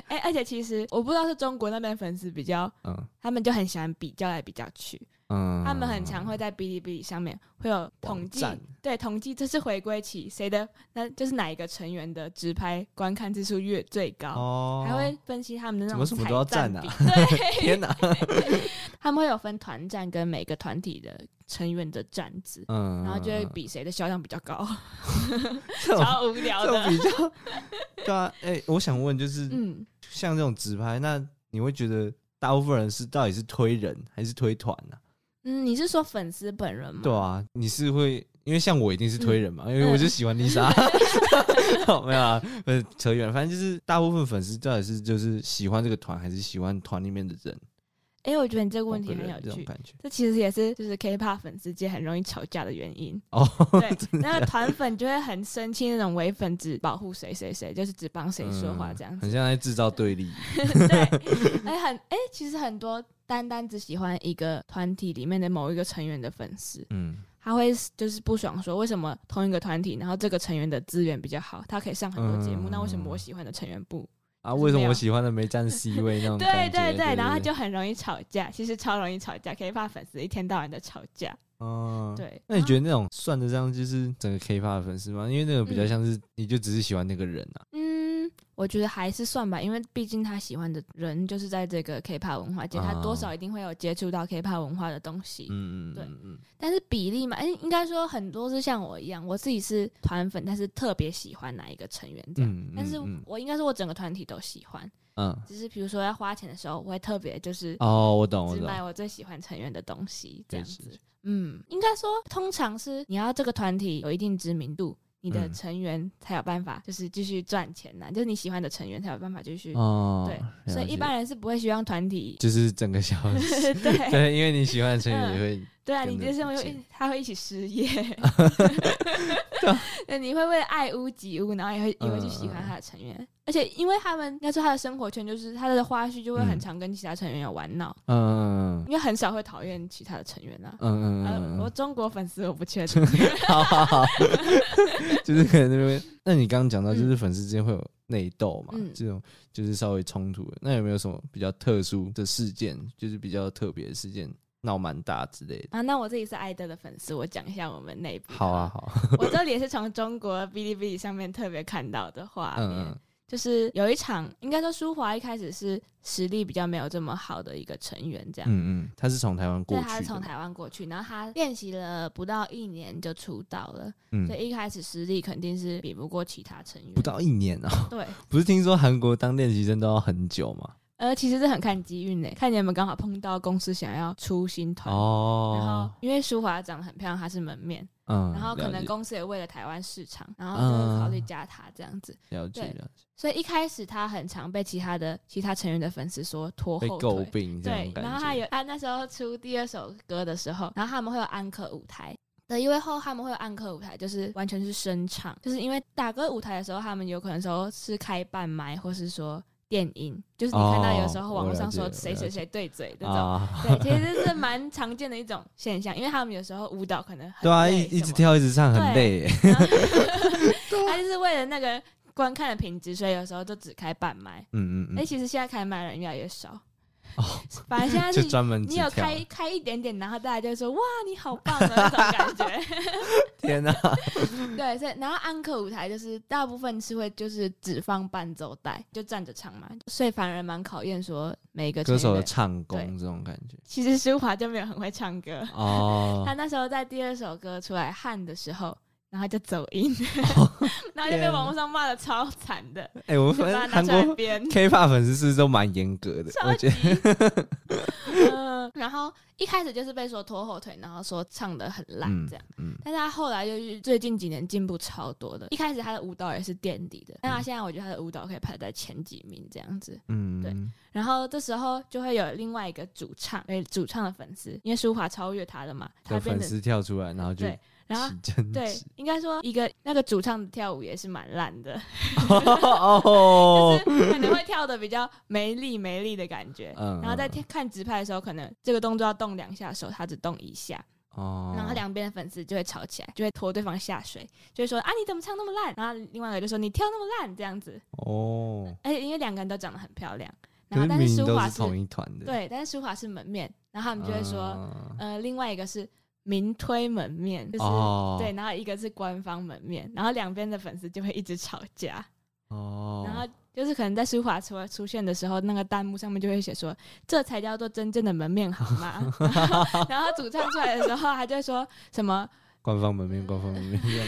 C: 哎、而且其实我不知道是中国那边粉丝比较，
D: 嗯
C: 他们就很喜欢比较来比较去，
D: 嗯，
C: 他们很常会在哔哩哔哩上面会有统计
D: 网站，
C: 对，统计这次回归期谁的，那就是哪一个成员的直拍观看次数越最高。
D: 哦，
C: 还会分析他们的那种
D: 怎么什么都要
C: 彩
D: 站啊
C: 比对，
D: 天哪，
C: 他们会有分团战跟每个团体的成员的站姿，
D: 嗯，
C: 然后就会比谁的销量比较高，
D: 这种
C: 超无聊
D: 嗯这种
C: 的。
D: 比较。 对啊，哎，我想问，就是
C: 嗯，
D: 像这种直拍，那你会觉得大部分人是到底是推人还是推团呢？
C: 嗯，你是说粉丝本人吗？
D: 对啊，你是会因为像我一定是推人嘛，因为我
C: 嗯
D: 就喜 欢 Lisa，、好没有啊，不是扯远了，反正就是大部分粉丝到底是就是喜欢这个团，还是喜欢团里面的人？
C: 哎、我觉得你这个问题
D: 某个
C: 很
D: 人
C: 有
D: 这种
C: 趣。
D: 感觉
C: 这其实也是就是 K-pop 粉丝界很容易吵架的原因。
D: 哦。
C: 对，那个团粉就会很生气，那种唯粉只保护谁谁谁，就是只帮谁说话这样
D: 嗯
C: 子。
D: 很像在制造 对立。
C: 对，哎、很哎、其实很多单单只喜欢一个团体里面的某一个成员的粉丝，
D: 嗯，
C: 他会就是不爽说为什么同一个团体，然后这个成员的资源比较好，他可以上很多节目，
D: 嗯
C: 那为什么我喜欢的成员不？
D: 啊，
C: 就是
D: 为什
C: 没
D: 么
C: 有
D: 我喜欢的没占 C 位那种
C: 对
D: 感觉？
C: 对
D: 对
C: 对，然后他就很容易吵架，其实超容易吵架，K-pop 粉丝一天到晚的吵架。
D: 嗯，。
C: 对，啊
D: 那你觉
C: 得？
D: 得那种算得上就是整个 K-pop 的粉丝吗？因为那个比较
C: 嗯
D: 像是你就只是喜欢那个人啊，
C: 嗯，我觉得还是算吧，因为毕竟他喜欢的人就是在这个 K-pop 文化界，他多
D: 啊
C: 少一定会有接触到 K-pop 文化的东西。
D: 嗯嗯
C: 对
D: 嗯嗯
C: 但是比例嘛，哎，应该说很多是像我一样，我自己是团粉，但是特别喜欢哪一个成员这样。
D: 嗯，
C: 但是
D: 嗯
C: 我应该说，我整个团体都喜欢，
D: 嗯
C: 只是比如说要花钱的时候，我会特别就是
D: 哦，我懂我
C: 只
D: 懂，
C: 买我最喜欢成员的东西这样
D: 确
C: 子
D: 实。
C: 嗯，应该说，通常是你要这个团体有一定知名度，你的
D: 嗯
C: 成员才有办法就是继续赚钱呐、就是你喜欢的成员才有办法继续。
D: 哦，
C: 对，所
D: 了
C: 以一
D: 解
C: 般人是不会希望团体。
D: 就是整个小
C: 对
D: 对，因为你喜欢的成员
C: 嗯
D: 也会
C: 对啊，
D: 跟
C: 你
D: 着
C: 就是
D: 不
C: 会
D: 见
C: 他会一起失 业，
D: 啊
C: 那你会为了爱屋及乌，然后也会也会去喜
D: 嗯
C: 欢他的成员，而且因为他们应该说他的生活圈就是他的花絮就会很
D: 嗯
C: 常跟其他成员有玩闹，
D: 嗯嗯
C: 因为很少会讨厌其他的成员啊。
D: 嗯
C: 呃
D: 嗯
C: 我
D: 嗯，
C: 中国粉丝我不确 定，
D: 好好 好，就是可能那边。那你刚刚讲到，就是粉丝之间会有内斗嘛，
C: 嗯
D: 这种就是稍微冲突的。那有没有什么比较特殊的事件，就是比较特别的事件，闹蛮大之类的？
C: 啊，那我自己是艾德的粉丝，我讲一下我们内部。
D: 好啊，，好，
C: 我这里也是从中国哔哩哔哩上面特别看到的画面，
D: 嗯
C: 就是有一场，应该说舒华一开始是实力比较没有这么好的一个成员，这
D: 嗯
C: 样。
D: 嗯嗯，他是从台湾过
C: 对，
D: 去的嘛，
C: 他是从台湾过去，然后他练习了不到一年就出道了，
D: 嗯
C: 所以一开始实力肯定是比不过其他成员。
D: 不到一年啊，
C: 对，
D: 不是听说韩国当练习生都要很久吗？
C: 呃，其实是很看机运的，看你有没有刚好碰到公司想要出新团。然后
D: 哦，，
C: 因为舒华长得很漂亮，她是门面，
D: 嗯，
C: 然后可
D: 了
C: 能
D: 解嗯
C: 公司也为了台湾市场，然后就会考虑加她这样子。
D: 了解
C: 对
D: 了解，
C: 所以一开始她很常被其他的其他成员的粉丝说拖
D: 被
C: 后
D: 诟
C: 腿。
D: 病这
C: 对
D: 种，感觉，
C: 然后他有他那时候出第二首歌的时候，然后他们会有安可舞台的，因为后他们会有安可舞台，就是完全是声唱，就是因为打歌舞台的时候，他们有可能说是开半麦，或是说电音，就是你看到有时候
D: 哦
C: 网络上
D: 我
C: 说
D: 了解
C: 谁谁谁对嘴那种。
D: 啊，
C: 对，其实 是蛮常见的一种现象，因为他们有时候舞蹈可能很
D: 对啊，
C: 累
D: 一一
C: 什
D: 直
C: 么
D: 跳一直唱很累
C: 对
D: 耶，啊
C: 他就是为了那个观看的品质，所以有时候就只开半麦。
D: 嗯嗯
C: 哎、
D: 嗯，
C: 其实现在开麦的人越来越少，
D: 哦，
C: 反正现在
D: 就是专门
C: 你
D: 只
C: 有
D: 跳，
C: 开开一点点，然后大家就说哇你好棒的那种感 觉。
D: 天哪，
C: 对，所以然后安可舞台就是大部分是会就是只放伴奏带，就站着唱嘛，所以反而蛮考验说每一个成
D: 歌
C: 员
D: 手的
C: 的。
D: 唱功
C: 对
D: 这种感觉
C: 其实舒华就没有很会唱歌，
D: 哦
C: 他，那时候在第二首歌出来汗的时候。然后就走音，
D: 哦
C: 然后就被
D: 啊
C: 网络上骂的超惨的，
D: 哎，我们
C: 就
D: 反
C: 把
D: 正
C: 它
D: 韩
C: 拿出来
D: 国
C: 编。
D: K-pop 粉丝是不是都蛮严格的，
C: 超
D: 我
C: 级
D: 觉得，
C: 嗯，然后一开始就是被说拖后腿，然后说唱的很烂
D: 嗯
C: 这样。
D: 嗯
C: 但是他后来就是最近几年进步超多的，一开始他的舞蹈也是垫底的，但他现在我觉得他的舞蹈可以排在前几名这样子。
D: 嗯，
C: 对然后这时候就会有另外一个主唱，呃，主唱的粉丝，因为舒华超越他了嘛，他
D: 有
C: 变
D: 粉
C: 成
D: 丝跳出来，然后就
C: 对，然后
D: 起争
C: 对
D: 执，，
C: 应该说一个那个主唱的跳舞也是蛮烂的，
D: 哦
C: 就，是可能会跳的比较没力没力的感觉。
D: 嗯
C: 然后在跳看直拍的时候，可能这个动作要动两下的时候，他只动一下，
D: 哦，
C: 然后两边的粉丝就会吵起来，就会拖对方下水，就会说啊你怎么唱那么烂？然后另外一个就说你跳那么烂这样子。
D: 哦，
C: 而且因为两个人都长得很漂亮，然
D: 嗯可
C: 后
D: 是
C: 但
D: 明明
C: 舒
D: 都
C: 华
D: 是
C: 是
D: 同一团的，
C: 对，但是舒华是门面，然后他
D: 啊，
C: 们就会说。呃，另外一个是明推门面，就是、
D: 哦，
C: 对，然后一个是官方门面，然后两边的粉丝就会一直吵架，
D: 哦，
C: 然后就是可能在舒华出出现的时候，那个弹幕上面就会写说，这才叫做真正的门面好 吗？然后然后主唱出来的时候，他就会说什么
D: 官方门面，官方门面这样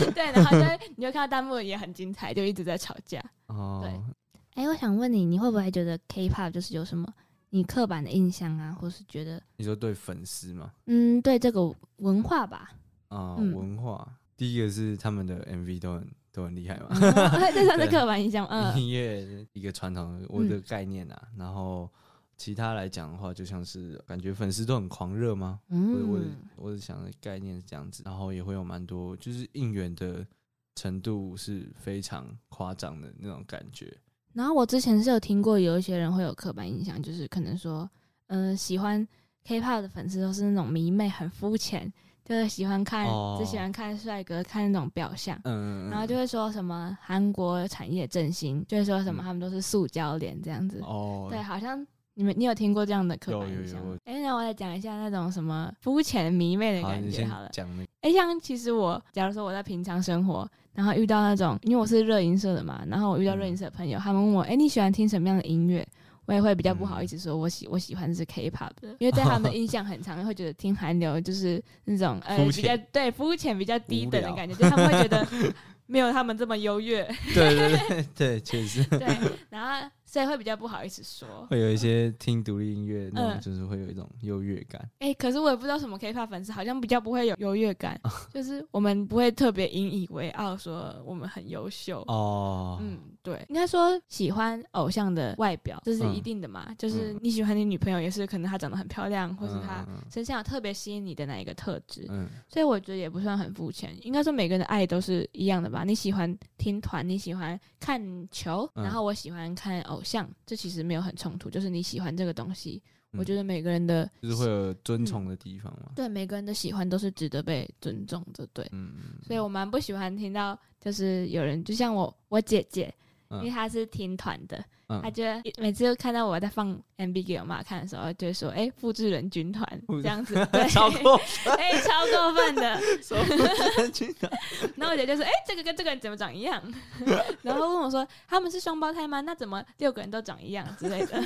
D: 子。
C: 对，然后就会你就看到弹幕也很精彩，就一直在吵架。
D: 哦，
E: 哎、我想问你，你会不会觉得 K-pop 就是有什么你刻板的印象啊，或是觉得
D: 你说对粉丝嘛？
E: 嗯，对这个文化 吧？
D: 啊、
E: 嗯
D: 文化，第一个是他们的 MV 都很都很厉害嘛，
C: 这算是
D: 对
C: 刻板印象， 嗯，
D: 音乐一个传统的我的概念啊。然后其他来讲的话，就像是感觉粉丝都很狂热吗？我的我的
E: 嗯，
D: 我的想的概念是这样子，然后也会有蛮多就是应援的程度是非常夸张的那种感觉。
E: 然后我之前是有听过有一些人会有刻板印象，
C: 呃
E: 就是可能说，嗯、喜欢 K-pop 的粉丝都是那种迷妹，很肤浅，
C: 就是喜欢看，
D: 哦
C: 只喜欢看帅哥，看那种表象。
D: 嗯，
C: 然后就会说什么韩国产业振兴，就会说什么
D: 嗯
C: 他们都是塑胶脸这样子。
D: 哦，
C: 对，好像你们你有听过这样的刻
D: 有
C: 板
D: 有
C: 印象
D: 有
C: 吗
D: 我？
C: 哎、那我来讲一下那种什么肤浅迷妹的
D: 好，
C: 感
D: 你
C: 觉
D: 先
C: 好了。
D: 讲那个，
C: 哎、像其实我，假如说我在平常生活，然后遇到那种，因为我是热音社的嘛，然后我遇到热
D: 嗯
C: 音社的朋友，他们问我，哎、你喜欢听什么样的音乐？我也会比较不
D: 嗯
C: 好意思说，我喜我喜欢是 K-pop 的，因为在他们的印象很长，会觉得听韩流就是那种呃
D: 肤
C: 比较
D: 浅
C: 对肤浅、比较低等的
D: 无聊
C: 感觉，就他们会觉 得没有他们这么优越，
D: 对对对对，确实
C: 对，然后所以会比较不好意思说。
D: 会有一些听独立音乐
C: 嗯
D: 那种，就是会有一种优越感。
C: 哎、可是我也不知道什么 K-pop 粉丝好像比较不会有优越
D: 哦
C: 感，就是我们不会特别引以为傲，说我们很优秀。
D: 哦，
C: 嗯，对，应该说喜欢偶像的外表，这是一
D: 嗯
C: 定的嘛。就是你喜欢你女朋友，也是可能她长得很漂亮，或是她
D: 嗯
C: 身上有特别吸引你的那一个特质。
D: 嗯，
C: 所以我觉得也不算很肤浅，应该说每个人的爱都是一样的吧。你喜欢听团，你喜欢看球，
D: 嗯
C: 然后我喜欢看偶像，这其实没有很冲突，就是你喜欢这个东西。
D: 嗯
C: 我觉得每个人的
D: 就是会有尊崇的地方嘛。
C: 对每个人的喜欢都是值得被尊重的，对。
D: 嗯，嗯
C: 所以我蛮不喜欢听到，就是有人，就像我我姐姐，
D: 嗯
C: 因为她是听团的，
D: 嗯
C: 她就每次看到我在放 M B 给我妈看的时候，就会说：“哎、复制人军团
D: 复制
C: 这 样子，对，
D: 超过
C: 哎、超过分的。
D: 什么军团？”
C: 然后我姐就说：“哎、这个跟这个人怎么长一样？” 然后问我说：“他们是双胞胎吗？那怎么六个人都长一样之类 的？”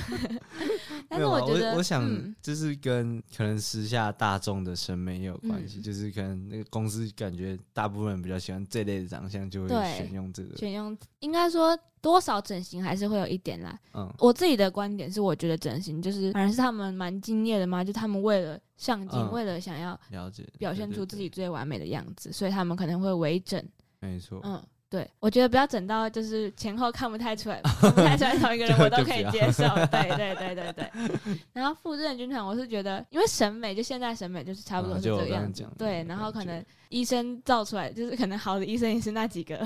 C: 但
D: 没
C: 是
D: 有啊
C: 觉得，
D: 我想
C: 嗯
D: 就是跟可能时下大众的审美也有关系，
C: 嗯
D: 就是可能那个公司感觉大部分人比较喜欢这类的长相，就会
C: 对
D: 选用这个。
C: 选用应该说多少整形还是会有一点啦，
D: 嗯，
C: 我自己的观点是，我觉得整形就是反而是他们蛮敬业的嘛，就他们为了上进，
D: 嗯
C: 为了想要
D: 了解，
C: 表
D: 对
C: 现
D: 对
C: 出自
D: 对
C: 己最完美的样子，所以他们可能会微整。
D: 没错。
C: 嗯，对，我觉得不要整到就是前后看不太出来，看不太出来同一个人，
D: 就
C: 我都
D: 就
C: 可以
D: 不要
C: 接受。对对对对对。然后复制人军团，我是觉得，因为审美就现在审美就是差不多
D: 嗯
C: 是
D: 就
C: 这
D: 我
C: 个
D: 刚
C: 样
D: 刚
C: 子
D: 讲，的那
C: 对。
D: 种
C: 然后
D: 感
C: 可
D: 觉
C: 能医生造出来，就是可能好的医生也是那几 个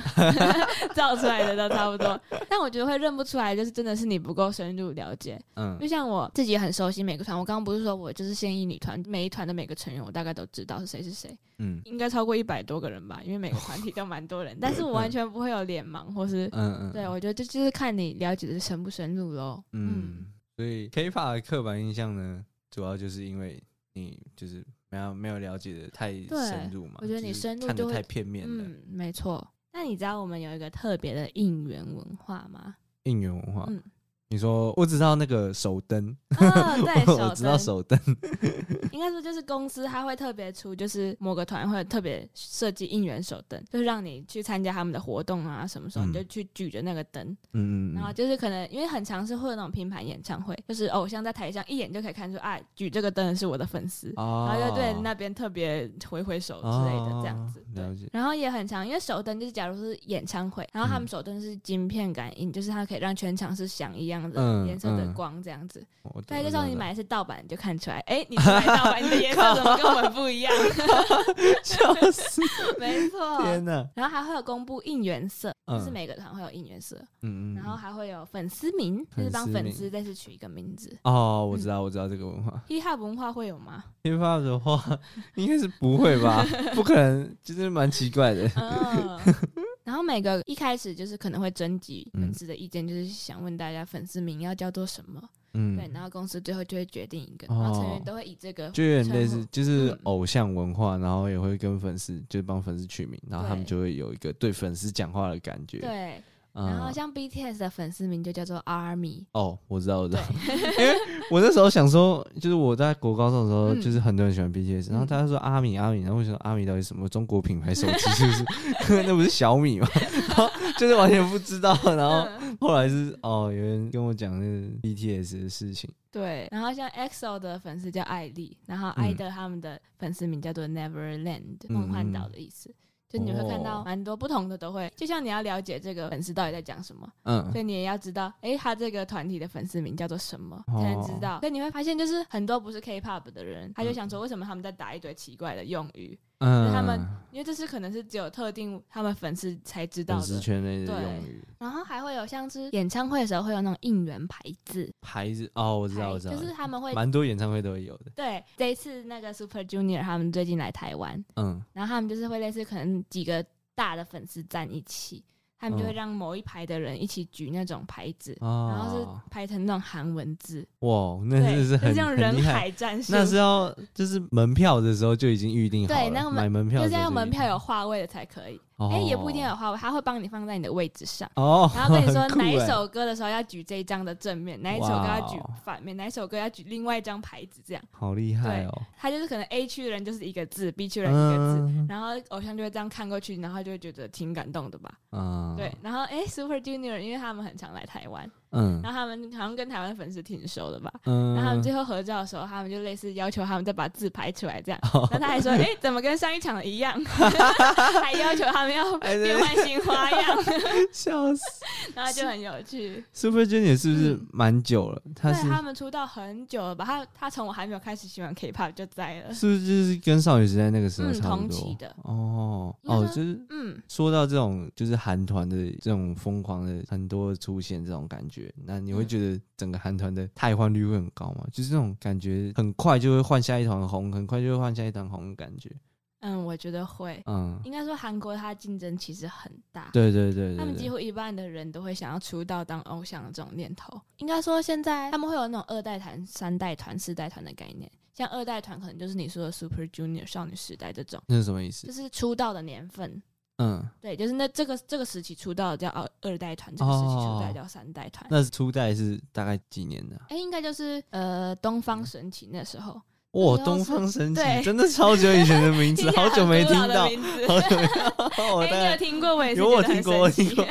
C: 造出来的都差不多，但我觉得会认不出来，就是真的是你不够深入了解。就
D: 嗯，
C: 像我自己也很熟悉每个团，我刚刚不是说我就是现役女团，每一团的每个成员我大概都知道是谁是谁，
D: 嗯
C: 应该超过一百多个人吧，因为每个团体都蛮多 人，但是我完全不会有脸盲或是。
D: 嗯嗯，
C: 对，我觉得这就是看你了解的深不深入咯。嗯，
D: 嗯，所以 K-pop 的刻板印象呢，主要就是因为你就是没有没有了解的太
C: 对
D: 深入嘛，
C: 我觉得
D: 就
C: 你
D: 是
C: 深入
D: 看
C: 就
D: 的
C: 会
D: 太片面了。
C: 嗯，没错。那你知道我们有一个特别的应援文化 吗？
D: 应援文化
C: 嗯，
D: 你说我只知道那个手灯，
C: 哦，对，手
D: 我知道
C: 灯
D: 手灯，
C: 应该说就是公司它会特别出，就是某个团会特别设计应援手灯，就是让你去参加他们的活动啊，什么时候你
D: 嗯
C: 就去举着那个灯，
D: 嗯嗯
C: 然后
D: 嗯，
C: 就是可能因为很常是会有那种拼盘演唱会，就是偶像在台上一眼就可以看出啊，举这个灯的是我的粉丝，
D: 哦
C: 然后就对那边特别挥挥手之类的这样子
D: 哦。
C: 对
D: 了解，
C: 然后也很常，因为手灯就是假如是演唱会，然后他们
D: 嗯
C: 手灯是晶片感应，就是它可以让全场是响一样的
D: 嗯
C: 颜色的
D: 嗯
C: 光这样子。
D: 我懂
C: 对，
D: 我
C: 就
D: 懂
C: 算你
D: 我懂
C: 买的是盗版，你就看出来，哎、你是 买盗版，你的颜色怎么跟我们不一样？
D: 笑死！
C: 没错。
D: 天哪，
C: 然后还会有公布应援色，就是
D: 嗯
C: 每个团会有应援色，
D: 嗯嗯，
C: 然后
D: 嗯
C: 还会有粉丝名，就是帮
D: 粉丝
C: 粉
D: 名
C: 丝再去取一个名字。
D: 哦，我知道，我知道这个文化。
C: hiphop 文化会有吗？
D: hip hop 的话， 应该是不会 吧？不可能，就是蛮奇怪的。
C: 嗯。然后每个一开始就是可能会征集
D: 嗯
C: 粉丝的意见，就是想问大家粉丝名要叫做什么，
D: 嗯，
C: 对，然后公司最后就会决定一个，
D: 哦
C: 然后成员都会以这个
D: 就有点类
C: 称
D: 似
C: 呼，
D: 就是
C: 嗯
D: 偶像文化，然后也会跟粉丝，就是帮粉丝取名，然后他们
C: 对
D: 就会有一个对粉丝讲话的感觉。
C: 对，
D: 嗯，
C: 然后像 BTS 的粉丝名就叫做 ARMY，
D: 哦，我知道，我知道， 因为我那时候想说，就是我在国高中的时候，
C: 嗯
D: 就是很多人喜欢 BTS，然后
C: 嗯
D: 大家说阿米阿米，然后我想说阿米到底是什么中国品牌手机是不是？ 那不是小米吗？然后就是完全不知道，然后
C: 嗯
D: 后来是哦，有人跟我讲那个 BTS 的事情，
C: 对，然后像 EXO 的粉丝叫艾丽，然后艾德他们的粉丝名叫做 Neverland，、
D: 嗯
C: 梦幻岛的意思。就你会看到
D: 哦
C: 蛮多不同的，都会，就像你要了解这个粉丝到底在讲什么，
D: 嗯
C: 所以你也要知道，诶，他这个团体的粉丝名叫做什么，
D: 哦
C: 才能知道。所以你会发现，就是很多不是 K-pop 的人，他就想说，为什么他们在打一堆奇怪的用语，
D: 嗯，
C: 他们因为这是可能是只有特定他们粉丝才知道
D: 粉丝
C: 的。
D: 圈内的
C: 对
D: 用语
E: 然后还会有像是
C: 演唱会的时候会有那种应援牌子，
D: 牌子哦，我知道，
C: 牌
D: 我知道，
C: 就是他们会
D: 蛮多演唱会都会有的。
C: 对这一次那个 Super Junior 他们最近来台湾，
D: 嗯，
C: 然后他们就是会类似可能几个大的粉丝站一起，他们就会
D: 嗯
C: 让某一排的人一起举那种牌子，然后
D: 哦
C: 是，排成那种韩文字，
D: 哇，那
C: 对，
D: 真的
C: 就是
D: 很
C: 这种
D: 很
C: 人
D: 厉害，
C: 海战术，
D: 那是要就是门票的时候就已经预定好了，
C: 对那个门
D: 买门票
C: 就是
D: 的时候
C: 要
D: 就
C: 门
D: 预定
C: 票有话位的才可以，
D: 好，
C: 哎、
D: 哦
C: 也不一定要有话位，他会帮你放在你的位置 上。
D: 哦，
C: 然后跟你说
D: 很酷
C: 哪一
D: 欸
C: 首歌的时候要举这一张的正面，哪一首歌要举
D: 哇哦
C: 反面，哪一首歌要举另外一张牌子，这样
D: 好厉害哦，
C: 他就是可能 A 区的人就是一个字，B 区的人一个字，
D: 嗯
C: 然后偶像就会这样看过去，然后就会觉得挺感动的吧。
D: 嗯，
C: 对，然后哎，Super Junior，因为他们很常来台湾，
D: 嗯
C: 然后他们好像跟台湾粉丝挺熟的吧。
D: 嗯，
C: 然后他们最后合照的时候，他们就类似要求他们再把字排出来这样。
D: 哦
C: 然后他 还说：“哎，怎么跟上一场的一样？”还要求他们要
D: 哎对
C: 变换新花样，
D: 嗯 笑死
C: 然后就很有趣。
D: ，Super Junior 是不是蛮久了？他
C: 嗯对
D: 是
C: 他们出道很久了吧？他他从我还没有开始喜欢 K-pop 就在了，
D: 是不是就是跟少女时代那个时候
C: 嗯，
D: 差不
C: 同
D: 多？
C: 期的，
D: 哦
C: 因为
D: 哦，
C: 他
D: 就是
C: 嗯，
D: 说到这种就是韩团的这种疯狂的很多出现这种感觉，那你会
C: 嗯
D: 觉得整个韩团的汰换率会很高吗？就是这种感觉很快就会换下一团红，很快就会换下一团红的感觉。
C: 嗯，我觉得会。
D: 嗯，
C: 应该说韩国它竞争其实很大，
D: 对对对对
C: 他们几
D: 对，
C: 乎一半的人都会想要出道当偶像的这种念头。应该说，现在他们会有那种二代团、三代团、四代团的概念。像二代团可能就是你说的 Super Junior、少女时代这种，
D: 那是什么意思
C: 就？是出道的年份。
D: 嗯，
C: 对，就是那这个这个时期出道的叫二二代团，这个时期出道
D: 哦
C: 的叫三代团。
D: 那初代是大概几年的啊？
C: 哎、应该就是呃东方神起那时候，
D: 哇，
C: 时候
D: 东
C: 是
D: 方神起
C: 哎对
D: 真的超久以前的 名字，
C: 听起来
D: 好久没
C: 很古
D: 听
C: 老的
D: 到，
C: 名字
D: 好久没听到。我
C: 哎、你
D: 大
C: 有
D: 概
C: 听过？我也是
D: 有我
C: 觉得
D: 听
C: 很
D: 过，我
C: 神奇
D: 听过。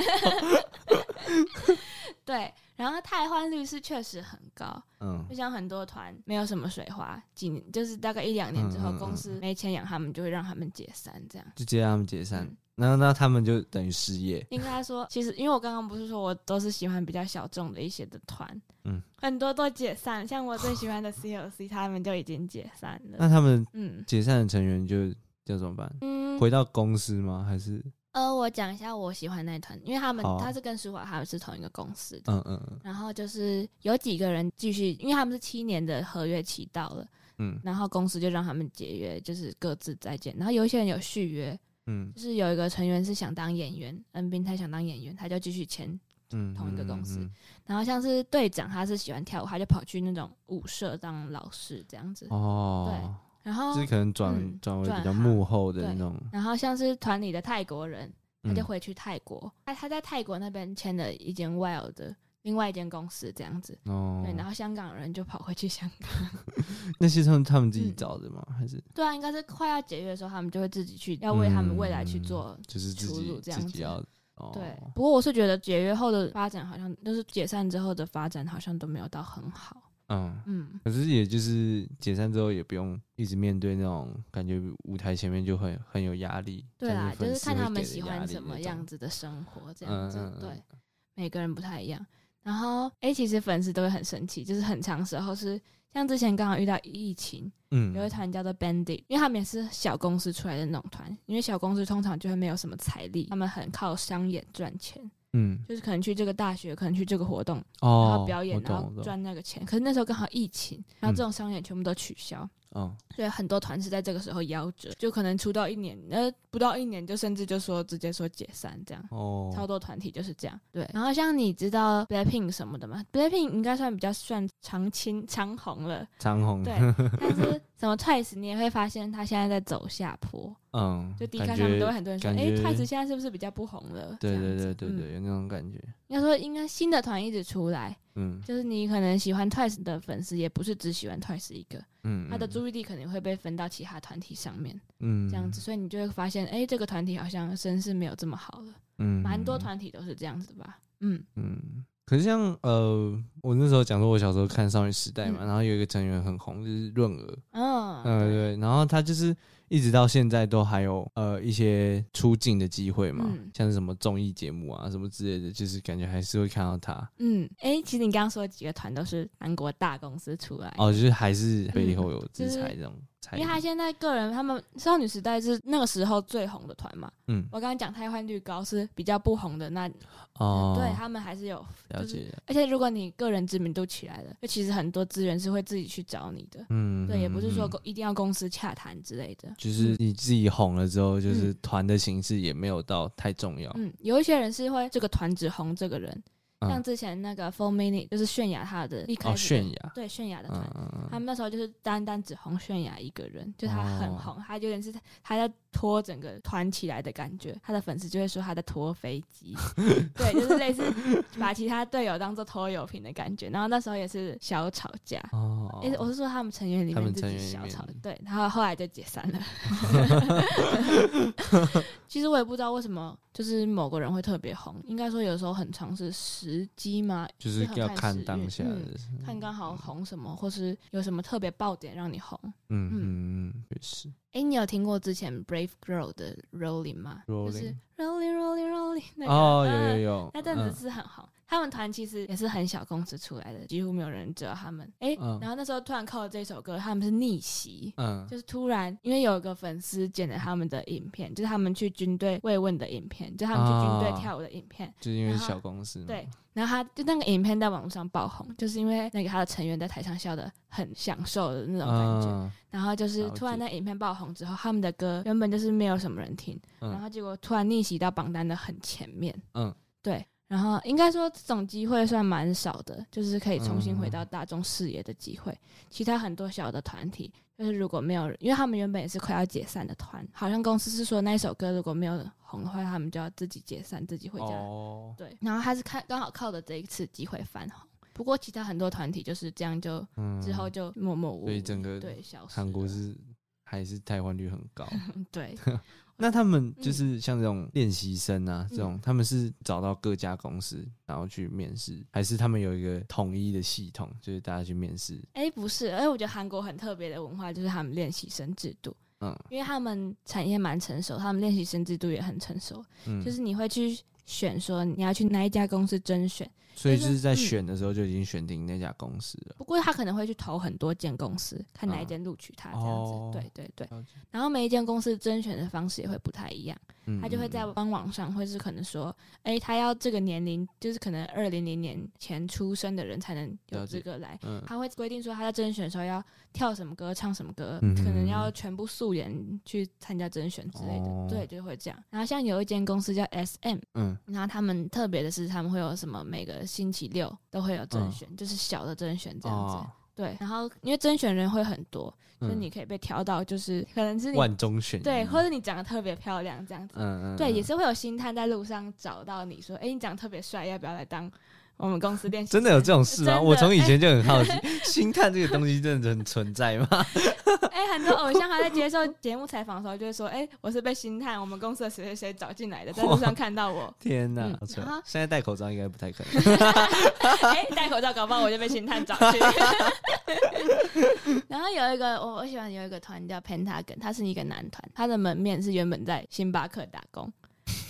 C: 对，然后汰换率是确实很高，
D: 嗯
C: 就像很多团没有什么水花，几年就是大概一两年之后，
D: 嗯嗯嗯
C: 公司没钱养他们，就会让他们解散这样。
D: 就接让他们解散
C: 嗯，
D: 然后那他们就等于失业。
C: 应该说，其实因为我刚刚不是说我都是喜欢比较小众的一些的团，
D: 嗯
C: 嗯，很多都解散，像我最喜欢的 COC 他们就已经解散了，
D: 那他们
C: 嗯
D: 解散的成员就就怎么办？
C: 嗯。
D: 回到公司吗？还是
C: 呃，我讲一下我喜欢那一团，因为他们
D: 好啊
C: 他是跟舒华他们是同一个公司的，
D: 嗯嗯
C: 然后就是有几个人继续，因为他们是七年的合约期到了，
D: 嗯
C: 然后公司就让他们解约，就是各自再见。然后有一些人有续约，
D: 嗯
C: 就是有一个成员是想当演员，恩斌他想当演员，他就继续签。
D: 嗯，
C: 同一个公司
D: 嗯嗯
C: 然后像是队长，他是喜欢跳舞，他就跑去那种舞社当老师这样子
D: 嗯。哦，
C: 然后
D: 就是可能转
C: 嗯
D: 转为比较
C: 转行
D: 幕后的
C: 对
D: 那种，
C: 然后像是团里的泰国人，他
D: 嗯
C: 就回去泰国，他、他在泰国那边签了一间 Wild 的另外一间公司这样子。
D: 哦
C: 对，，然后香港人就跑回去香港。
D: 那些他们他们自己
C: 嗯
D: 找的吗？还是
C: 对啊，应该是快要解约的时候，他们就会自己去，要为他们未来去
D: 嗯
C: 做
D: 就是自
C: 出
D: 己
C: 路这样
D: 自己
C: 子
D: 要哦
C: 对，不过我是觉得解约后的发展好像，就是解散之后的发展好像都没有到很好。
D: 嗯。
C: 嗯，
D: 可是也就是解散之后也不用一直面对那种感觉舞台前面就很很有压力，
C: 对啦，
D: 感
C: 就
D: 觉粉
C: 是
D: 丝
C: 看
D: 会
C: 他们
D: 给的
C: 喜
D: 压
C: 欢
D: 力
C: 什
D: 那
C: 么
D: 种
C: 样子的生活，这样子。
D: 嗯嗯嗯
C: 对，每个人不太一样。然后，哎、其实粉丝都会很生气，就是很长时候是像之前刚好遇到疫情，
D: 嗯，
C: 有一团叫做 Bandit，因为他们也是小公司出来的那种团，因为小公司通常就会没有什么财力，他们很靠商演赚钱，
D: 嗯
C: 就是可能去这个大学，可能去这个活动，然
D: 哦
C: 后，表演
D: 我，
C: 然
D: 懂
C: 后赚那个钱。可是那时候刚好疫情，然后这种商演全部都取消，
D: 哦，
C: 所以很多团是在这个时候夭折，就可能出道一年，呃，不到一年就甚至就说直接说解散这样。
D: 哦，
C: 超多团体就是这样，对。然后像你知道 Blackpink 什么的吗？Blackpink 应该算比较算长青长红了，
D: 长虹，
C: 对。 但是什么 Twice 你也会发现他现在在走下坡，
D: 嗯，
C: 就第一
D: 感
C: 看他们
D: 觉
C: 都会很多人说，
D: 感
C: 哎、
D: 觉
C: t w i c e 现在是不是比较不红了？
D: 对
C: 这样
D: 对
C: 子
D: 对对对，
C: 嗯
D: 有那种感觉，
C: 应该说应该新的团一直出来，
D: 嗯
C: 就是你可能喜欢 Twice 的粉丝，也不是只喜欢 Twice 一个，
D: 嗯，
C: 他的
D: 嗯
C: 注意力可能会被分到其他团体上面，
D: 嗯
C: 这样子，，所以你就会发现，哎、这个团体好像声势没有这么好了，
D: 嗯，
C: 蛮多，团体都是这样子吧。嗯，
D: 嗯。可是像呃，我那时候讲说，我小时候看少女时代嘛，
C: 嗯
D: 然后有一个成员很红，就是润儿，
C: 哦，
D: 嗯、对，然后他就是一直到现在都还有呃一些出镜的机会嘛，
C: 嗯
D: 像是什么综艺节目啊什么之类的，就是感觉还是会看到他，
C: 嗯，哎、其实你刚刚说的几个团都是韩国大公司出来，
D: 哦，就是还是背
C: 哎嗯
D: 后有
C: 就
D: 制
C: 是
D: 裁这种，才
C: 因为他现在个人，他们少女时代是那个时候最红的团嘛。
D: 嗯
C: 我刚刚讲太换绿高是比较不红的，那、
D: 哦，
C: 对他们还是有。
D: 了
C: 就是
D: 解，
C: 而且如果你个人知名度起来了，就其实很多资源是会自己去找你的，
D: 嗯，
C: 对，也不是说
D: 嗯嗯
C: 公一定要公司洽谈之类的。
D: 就是你自己红了之后，就是团的形式也没有到太重要，
C: 嗯，有一些人是会这个团只红这个人，
D: 哦嗯
C: 像之前那个 Four Minute 就是泫雅他的一开
D: 哦，
C: 始的、
D: 泫雅，
C: 对泫雅的团
D: 嗯，嗯
C: 他
D: 嗯，
C: 们那时候就是单单只红泫雅一个人，就他很红，
D: 哦
C: 他有点是他在拖整个团起来的感觉，他的粉丝就会说他在拖飞 机，对，就是类似把其他队友当做拖油瓶的感觉。然后那时候也是小吵架，
D: 哦
C: 诶，我是说他们成员里
D: 他
C: 面
D: 们
C: 自
D: 成
C: 己
D: 员里
C: 小
D: 面
C: 吵，对，然后后来就解散 了。其实我也不知道为什么，就是某个人会特别红，应该说有时候很常是时机嘛，
D: 就是
C: 很
D: 要
C: 看
D: 看
C: 时
D: 当
C: 运
D: 下
C: 嗯
D: 的，
C: 看刚好红什么，或是有什么特别爆点让你红。
D: 嗯
C: 嗯
D: 嗯嗯，也是
C: 诶，你有听过之前 Brave Girl 的 Rolling 吗就是
D: rolling，
C: Rolling Rolling Rolling 那个
D: 哦，有
C: 嗯
D: 有有，
C: 那阵
D: 嗯
C: 子是很红。他们团其实也是很小公司出来的，几乎没有人知道他们。诶，
D: 嗯
C: 然后那时候突然靠了这首歌，他们是逆袭。
D: 嗯，
C: 就是突然，因为有一个粉丝剪了他们的影片，就是他们去军队慰问的影片，就他们去军队跳舞的影片。
D: 就是因为
C: 然后
D: 小公司嘛，
C: 对，然后他就那个影片在网络上爆红，就是因为那个他的成员在台上笑的很享受的那种感觉。
D: 嗯，
C: 然后就是
D: 了
C: 突然
D: 解
C: 那影片爆红之后，他们的歌原本就是没有什么人听，
D: 嗯
C: 然后结果突然逆袭到榜单的很前面。
D: 嗯，
C: 对。然后应该说这种机会算蛮少的，就是可以重新回到大众视野的机会。其他很多小的团体，就是如果没有，因为他们原本也是快要解散的团，好像公司是说那一首歌如果没有红的话，他们就要自己解散，自己回家。
D: 哦，
C: 对，然后他是看刚好靠着这一次机会翻红。不过其他很多团体就是这样就，
D: 嗯
C: 之后就默默无闻，
D: 所以整个
C: 对消失
D: 韩国
C: 了
D: 是还是台湾率很 高。
C: 对，
D: 那他们就
C: 嗯
D: 是像这种练习生啊，这种他们是找到各家公司，然后去面试，还是他们有一个统一的系统，就是大家去面试？
C: 哎、不是，哎、我觉得韩国很特别的文化就是他们练习生制度，
D: 嗯
C: 因为他们产业蛮成熟，他们练习生制度也很成熟，
D: 嗯，
C: 就是你会去选说你要去哪一家公司甄选，
D: 所以
C: 就
D: 就是是在
C: 嗯
D: 选的时候就已经选定那家公司了。
C: 不过他可能会去投很多间公司，看哪一
D: 嗯
C: 间录取他这样子。
D: 哦
C: 对对对
D: 了解，
C: 然后每一间公司甄选的方式也会不太一样。
D: 嗯，
C: 他就会在
D: 嗯
C: 官网上，或是可能说，哎、他要这个年龄，就是可能二零零年前出生的人才能有
D: 了解
C: 资格来。
D: 嗯
C: 他会规定说，他在甄选的时候要跳什么歌，唱什么歌，
D: 嗯哼
C: 可能要全部素颜去参加甄选之类的。
D: 哦
C: 对，就会这样。然后像有一间公司叫 SM，
D: 嗯
C: 然后他们特别的是，他们会有什么每个星期六都会有甄
D: 嗯
C: 选，就是小的甄选这样子。
D: 哦，
C: 对，然后因为甄选人会很多，所以
D: 嗯
C: 你可以被挑到，就是可能是你
D: 万中选一
C: 对，或者你长得特别漂亮这样子。
D: 嗯嗯
C: 对，
D: 嗯
C: 也是会有星探在路上找到你说，哎、你长得特别帅，要不要来当我们公司练习生？
D: 真的有这种事
C: 真
D: 吗？
C: 的
D: 我从以前就很 好奇，星探这个东西真的很存在吗？
C: 哎、很多偶像他在接受节目采访的时候就会说，哎、我是被星探我们公司的谁谁谁找进来的，在路上看到我，
D: 天哪
C: 嗯，
D: 好扯
C: 然后！
D: 现在戴口罩应该不太可 能。
C: 哎、戴口罩，搞不好我就被星探找去。 然后有一个我我喜欢有一个团叫 Pentagon，它是一个男团，它的门面是原本在星巴克打工。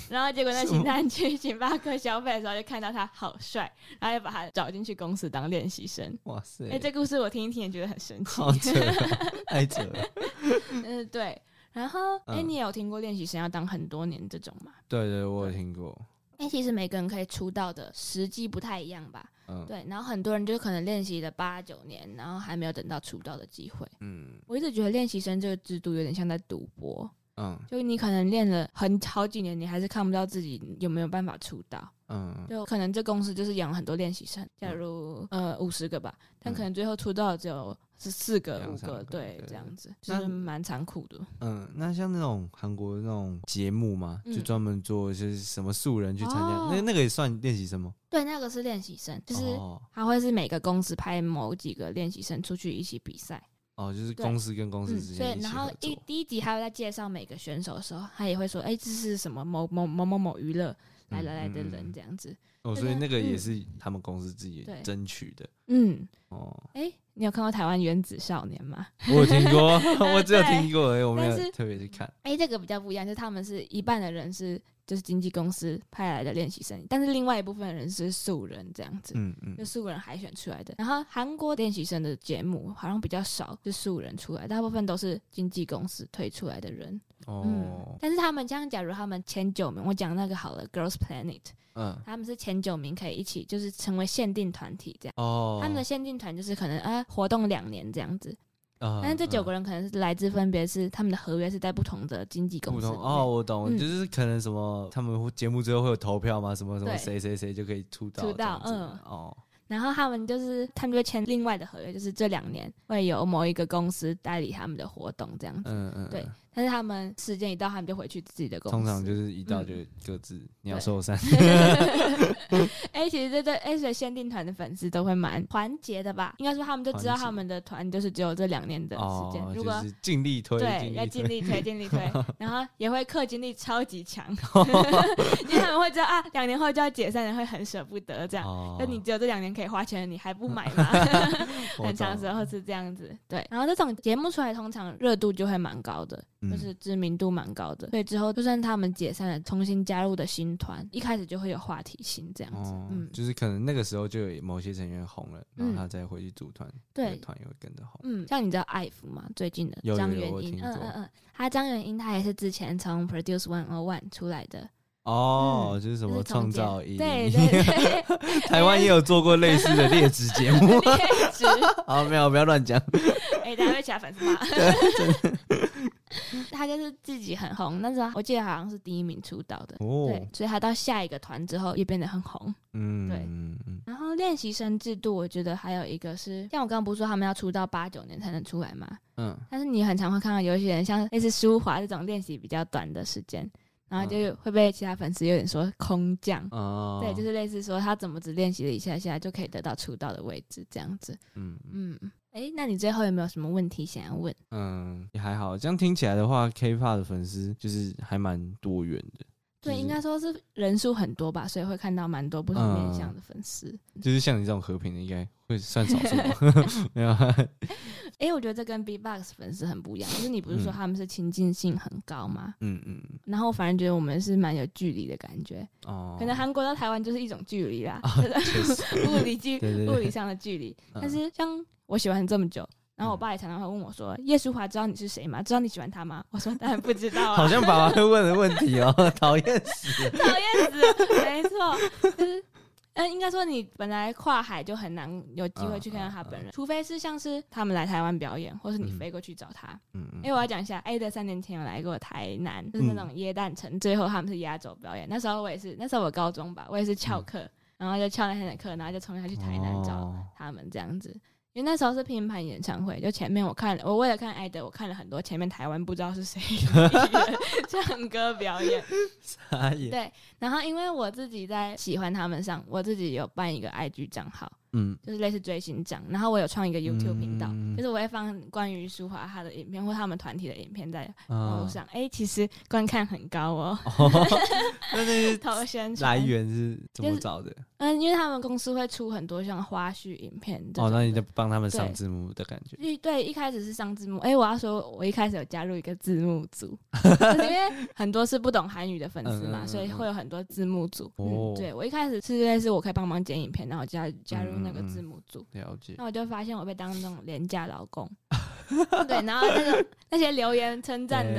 C: 然后结果那星探去星巴克消费的时候，就看到他好帅，然后就把他找进去公司当练习生。
D: 哇塞
C: 哎、，这故事我听一听也觉得很神奇。
D: 好扯哦，太扯了。
C: 嗯，对。然后，哎、
D: 嗯
C: 你也有听过练习生要当很多年这种吗？
D: 对对，我有听过。
C: 哎、其实每个人可以出道的时机不太一样吧？
D: 嗯
C: 对，然后很多人就可能练习了八九年，然后还没有等到出道的机会。
D: 嗯
C: 我一直觉得练习生这个制度有点像在赌博，
D: 嗯
C: 就你可能练了很好几年，你还是看不到自己有没有办法出道。
D: 嗯，
C: 就可能这公司就是养了很多练习生，假如、呃五十个吧，但
D: 嗯
C: 可能最后出道的只有十四个、
D: 两
C: 五
D: 三
C: 个，
D: 个
C: 对
D: 对，
C: 这样子就
D: 那
C: 是蛮残酷的。
D: 嗯，那像那种韩国的那种节目嘛，
C: 嗯
D: 就专门做就是什么素人去参加，
C: 哦
D: 那那个也算练习生吗？
C: 对，那个是练习生，就是
D: 哦
C: 他会是每个公司派某几个练习生出去一起比赛。
D: 哦，就是
C: 对嗯
D: 公司跟公司之
C: 所
D: 间
C: 以
D: 一起
C: 然后
D: 合
C: 一
D: 作。
C: 第一集他会在介绍每个选手的时候，他也会说：“哎，这是什么某某某某某娱乐来
D: 嗯
C: 来来的
D: 嗯
C: 人
D: 嗯
C: 这样子。
D: 哦，
C: 就
D: 所以
C: 是
D: 那个也
C: 嗯
D: 是他们公司自己
C: 对
D: 争取的”
C: 嗯，
D: 哦。
C: 哎，你有看过台湾《原子少年》吗？
D: 我有听过， 我只有
C: 对
D: 听过而已，我没
C: 但是
D: 有特别去看。
C: 哎，这个比较不一样，就是他们是一半的人是就是经纪公司派来的练习生，但是另外一部分人是素人这样子。
D: 嗯
C: 就
D: 嗯，
C: 素人海选出来的，然后韩国练习生的节目好像比较少是素人出来，大部分都是经纪公司推出来的人。嗯
D: 哦，，
C: 但是他们这样，假如他们前九名，我讲那个好了，Girls Planet，
D: 嗯，
C: 他们是前九名可以一起就是成为限定团体这样。
D: 哦，
C: 他们的限定团就是可能啊、呃活动两年这样子，
D: 嗯，
C: 但是这九个
D: 人
C: 人可能是来自分别是他们的合约是在不同的经纪公
D: 不
C: 司
D: 同
C: 里面
D: 哦，我懂，
C: 嗯
D: 就是可能什么，他们会节目最后会有投票嘛，什么什么
C: 对
D: 谁谁谁就可以出道，
C: 出道
D: 这样子
C: 嗯
D: 哦，
C: 然后他们就是他们就会签另外的合约，就是这两年会有某一个公司代理他们的活动这样子，
D: 嗯嗯，
C: 对
D: 嗯，
C: 但是他们时间一到，他们就回去自己的公司。嗯
D: 通常 就是一到就各自鸟兽散，
C: 哎、其实这对 S 的限定团的粉丝都会蛮团结的吧？应该说他们就知道
D: 团结
C: 他们的团就是只有这两年的时间，
D: 哦，
C: 如
D: 就
C: 果、
D: 是尽力推，
C: 对要
D: 尽
C: 尽
D: 力
C: 力推，尽 力推，然后也会氪金力超级强， 因为他们会知道啊，两年后就要解散了，会很舍不得这
D: 推，
C: 样。
D: 哦
C: 那你只有这两年可以花钱，你还不买吗？
D: 我
C: 很长
D: 懂
C: 时候是这样子，对。然后这种节目出来，通常热度就会蛮高的，
D: 嗯
C: 就是知名度蛮高的。所以之后，就算他们解散了，重新加入的新团，一开始就会有话题性这样子。
D: 哦
C: 嗯，
D: 就是可能那个时候就有某些成员红了，然后
C: 嗯
D: 他再回去组团，那个
C: 对，
D: 团也会跟着红。
C: 嗯，像你知道艾芙吗？最近
D: 有
C: 的
D: 有
C: 张
D: 有
C: 元
D: 我
C: 英，
D: 听
C: 嗯
D: 过
C: 嗯嗯，他张元英他也是之前从 Produce One O One 出来的，
D: 哦，就是什
C: 就
D: 么
C: 是
D: 创
C: 从节
D: 造一，
C: 对对对，。
D: 台湾也有做过类似的劣质节目
C: 劣质，
D: 啊，没有，不要乱讲。
C: 哎，大家被其他粉丝 骂。 他就是自己很红，那时候我记得好像是第一名出道的，
D: 哦，
C: 对，所以他到下一个团之后也变得很红。
D: 嗯，
C: 对
D: 嗯嗯
C: 然后练习生制度，我觉得还有一个是，像我刚刚不是说他们要出道八九年才能出来嘛？
D: 嗯，
C: 但是你很常会看到有一些人，像类似舒华这种练习比较短的时间，然后就会被其他粉丝有点说空降。
D: 嗯哦，
C: 对，就是类似说他怎么只练习了一下下就可以得到出道的位置这样子。
D: 嗯
C: 嗯，哎，那你最后有没有什么问题想要问？
D: 嗯，也还好。这样听起来的话，K-pop 的粉丝就是还蛮多元的。
C: 对，
D: 就是
C: 应该说是人数很多吧，所以会看到蛮多不同面
D: 嗯
C: 向的粉丝。
D: 就是像你这种和平的，应该会算少数吧。 没有啊，
C: 哎、我觉得这跟 B-box 粉丝很不一样，就是你不是说
D: 嗯
C: 他们是亲近性很高吗？
D: 嗯嗯，
C: 然后我反而觉得我们是蛮有距离的感觉，
D: 哦，
C: 可能韩国到台湾就是一种距离啦，
D: 确实，
C: 物理距
D: 对对对
C: 物理上的距离。
D: 嗯
C: 但是像我喜欢这么久，然后我爸也常常会问我说：“叶舒华知道你是谁吗？知道你喜欢他吗？”我说：“当然不知道
D: 好
C: 啊，
D: 像爸爸会问的问题哦， 讨厌死 了。
C: 讨厌死了，没错，就是。”嗯，应该说你本来跨海就很难有机会去看到他本人，除非是像是他们来台湾表演，或是你
D: 嗯
C: 飞过去找他。
D: 嗯嗯
C: 因为我要讲一下，A 的三年前有来过台南，就是那种椰蛋城，最后他们是压轴表演。那时候我也是，那时候我高中吧，我也是翘课，然后就翘那天的课，然后就冲下去台南找
D: 嗯哦
C: 他们这样子。因为那时候是拼盘演唱会，就前面我看，我为了看艾德，我看了很多前面台湾不知道是谁的艺人唱歌表演。
D: 傻眼。
C: 对，然后因为我自己在喜欢他们上，我自己有办一个 IG 账号，
D: 嗯，
C: 就是类似追星奖，然后我有创一个 YouTube 频道，
D: 嗯
C: 就是我会放关于舒华他的影片或他们团体的影片在网
D: 啊
C: 络，上。哎、其实观看很高哦，
D: 哦，那那些
C: 投宣传
D: 来。源是怎
C: 就
D: 么
C: 是
D: 找的？
C: 嗯，因为他们公司会出很多像花絮影片这种
D: 哦，那你
C: 的
D: 在帮他们上
C: 对
D: 字幕的感觉。
C: 一对一开始是上字幕，哎、我要说，我一开始有加入一个字幕组， 就是因为很多是不懂韩语的粉丝嘛，
D: 嗯嗯嗯
C: 所以会有很多字幕组。嗯，
D: 哦
C: 对我一开始是类似我可以帮忙剪影片，然后加加入那个
D: 嗯嗯嗯
C: 字幕组。
D: 了解
C: 那我就发现我被当那种廉价劳 工，对，然后那种那些留言称赞的，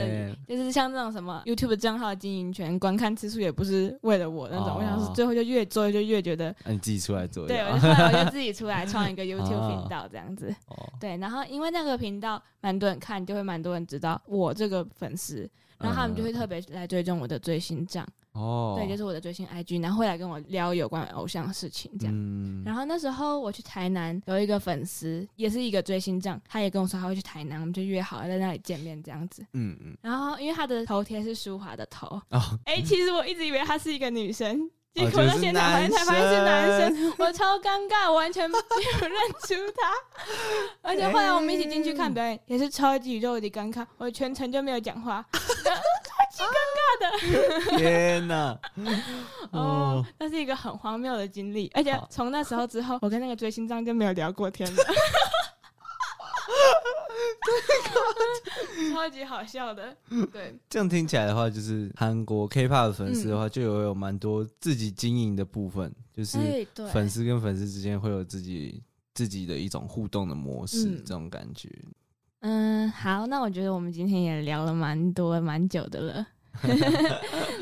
C: 就
D: 对
C: 是像那种什么 YouTube 账号经营权、观看次数也不是为了我那种，
D: 哦
C: 我想是最后就越做就越觉得，
D: 啊那、你自己出来做一
C: 对，
D: 下
C: 我就后来我就自己出来创一 个 YouTube
D: 哦
C: 频道这样子，
D: 哦，
C: 对，然后因为那个频道蛮多人看，就会蛮多人知道我这个粉丝，
D: 嗯
C: 然后他们就会特别来追踪我的最新账，
D: 哦，
C: 对，就是我的最新 IG，然后会来跟我聊有关偶像的事情这样。
D: 嗯
C: 然后那时候我去台南，有一个粉丝也是一个追星账，他也跟我说他会去台南，我们就约好在那里见面这样子。
D: 嗯嗯，
C: 然后因为他的头贴是舒华的头，
D: 哦，
C: 哎、其实我一直以为他是一个女生。结
D: 哦
C: 果
D: 就
C: 到
D: 是
C: 现场发现
D: 男
C: 才发现是男生，我超尴尬，我完全没有认出他。而且后来我们一起进去
D: 哎
C: 看表演，也是超级肉的尴尬，我全程就没有讲话，
D: 天哪，
C: 哦
D: 哦，，
C: 那是一个很荒谬的经历，而且
D: 好
C: 从那时候之后，我跟那个追星张就没有聊过天了。超级好笑的。对，
D: 这样听起来的话，就是韩国 K-pop 的粉丝的话，就有有蛮多自己经营的部分，就是
C: 哎对
D: 粉丝跟粉丝之间会有自己自己的一种互动的模式，
C: 嗯
D: 这种感觉。
C: 嗯，好，那我觉得我们今天也聊了蛮多蛮久的了。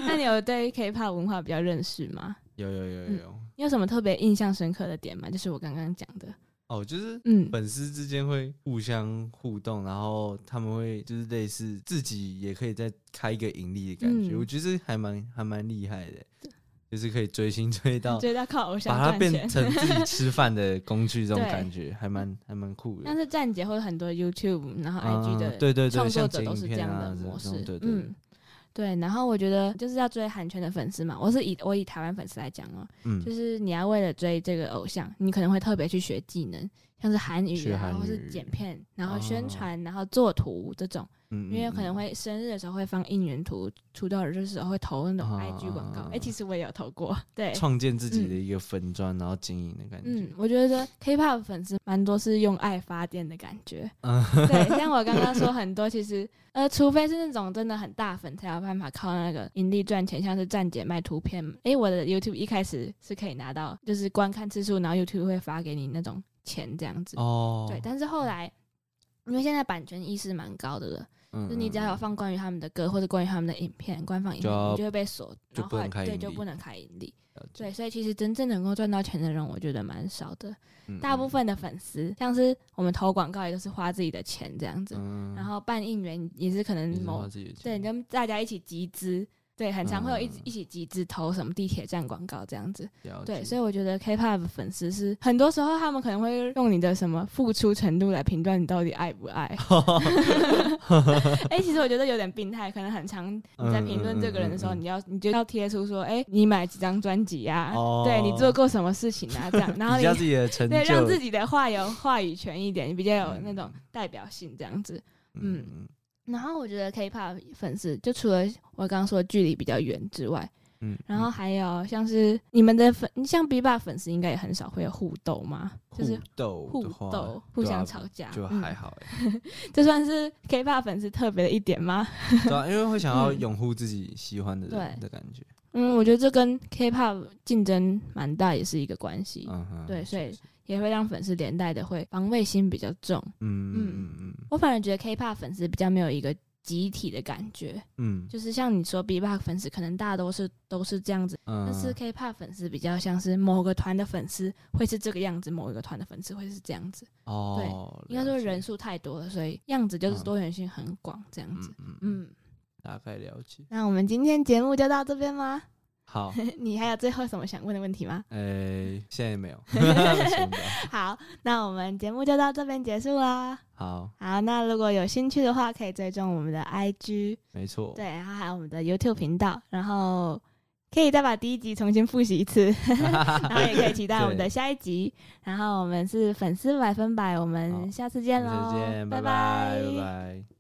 C: 那你有对 K-pop 文化比较认识吗？
D: 有
C: 嗯
D: 有有有有
C: 你有什么特别印象深刻的点吗？就是我刚刚讲的，
D: 哦，就是
C: 嗯，
D: 粉丝之间会互相互动，然后他们会就是类似自己也可以再开一个盈利的感觉，
C: 嗯
D: 我觉得还蛮还蛮厉害的，就是可以追星追到
C: 觉得要靠偶像
D: 哦把
C: 赚
D: 它变
C: 钱。
D: 成自己吃饭的工具，这种
C: 对
D: 感觉还蛮还蛮酷
C: 但
D: 的。
C: 是站姐或者很多 YouTube 然后
D: 啊
C: IG 的
D: 对对对
C: 创作
D: 像
C: 者
D: 剪
C: 都
D: 影
C: 是这
D: 片
C: 样
D: 啊
C: 的
D: 这
C: 模
D: 种
C: 式
D: 对，对
C: 嗯，对。然后我觉得就是要追韩圈的粉丝嘛，我是以我以台湾粉丝来讲哦，
D: 嗯
C: 就是你要为了追这个偶像，你可能会特别去学技能，像是韩语
D: 学
C: 啊，
D: 韩
C: 或是
D: 语
C: 剪片，然后宣
D: 哦
C: 传，然后做图这种，
D: 嗯，
C: 因为
D: 嗯
C: 可能会哎生日的时候会放应援图，出道日的时候会投那种
D: 啊
C: IG 广告。哎、
D: 啊
C: 其实我也有投过，对
D: 嗯。创建自己
C: 嗯
D: 的一个分砖，然后经营的感
C: 嗯
D: 觉。，
C: 我觉得 K-pop 粉丝蛮多是用爱发电的感觉，
D: 嗯，
C: 对，像我刚刚说很多，其实呃，除非是那种真的很大粉才有办法靠那个盈利赚钱，像是站姐卖图片，诶，我的 YouTube 一开始是可以拿到，就是观看次数，然后 YouTube 会发给你那种钱这样子，
D: 哦，
C: 对，但是后来。因为现在版权意识蛮高的了，
D: 嗯
C: 就是你只要有放关于他们的歌或者关于他们的影片、官方影
D: 就
C: 片，
D: 要
C: 你就会被锁，
D: 就
C: 然后后来
D: 不能开
C: 对
D: 盈
C: 就
D: 利
C: 不能开盈利。
D: 了解
C: 对，所以其实真正能够赚到钱的人，我觉得蛮少的。
D: 嗯
C: 大部分的粉丝，像是我们投广告，也都是花自己的钱这样子，
D: 嗯，
C: 然后办应援也是可能
D: 也是
C: 某
D: 花自己的钱
C: 对，跟大家一起集资，对，很常会有一起
D: 嗯哦
C: 一起集资投什么地铁站广告这样子，
D: 了
C: 对，
D: 解
C: 所以我觉得 K-pop 粉丝是很多时候他们可能会用你的什么付出程度来评断你到底爱不 爱， 哎、其实我觉得有点病态，可能很常你在评论这个人的时候，
D: 嗯嗯嗯嗯
C: 你要你就要贴出说，哎、你买几张专辑呀？
D: 哦
C: 对你做过什么事情啊？这 样，然后
D: 比
C: 你
D: 较自己的成就，
C: 对，让自己的话有话语权一点，比较有那种
D: 嗯
C: 代表性这样子。
D: 嗯
C: 然后我觉得 K-pop 粉丝就除了我刚刚说距离比较远之外，
D: 嗯，
C: 然后还有像是你们的粉，像 B 爸粉丝应该也很少会有互斗嘛，就是
D: 互斗
C: 互
D: 的话
C: 斗、
D: 对
C: 互
D: 啊
C: 相吵架，
D: 就
C: 嗯
D: 还好欸，
C: 这算是 K-pop 粉丝特别的一点吗？
D: 对啊，因为会想要
C: 嗯
D: 拥护自己喜欢的人
C: 对
D: 的感觉，
C: 嗯，我觉得这跟 K-pop 竞争蛮大，也是一个关系，
D: 嗯哼，
C: 对所以
D: 是是
C: 也会让粉丝连带的会防卫心比较重。
D: 嗯
C: 嗯
D: 嗯嗯
C: 我反而觉得 K-pop 粉丝比较没有一个集体的感觉，
D: 嗯
C: 就是像你说 B-pop 粉丝可能大多是都是这样子，
D: 嗯，
C: 但是 K-pop 粉丝比较像是某个团的粉丝会是这个样子，某一个团的粉丝会是这样子，
D: 哦，
C: 应该说
D: 了解
C: 人，数太多了，所以样子就是
D: 嗯
C: 多元性很广这样子
D: 嗯。嗯嗯，
C: 嗯，
D: 大概了解。
C: 那我们今天节目就到这边吗？
D: 好，
C: 你还有最后什么想问的问题吗？
D: 诶，现在没有， 想不到
C: 好，那我们节目就到这边结束啦。
D: 好，
C: 好，那如果有兴趣的话，可以追踪我们的 IG，
D: 没错，
C: 对，然后还有我们的 YouTube 频道，然后可以再把第一集重新复习一次， 然后也可以期待我们的下一集。然后我们是粉丝百分百，我
D: 好
C: 们下次见
D: 那
C: 喽，
D: 再见，拜
C: 拜
D: 拜拜。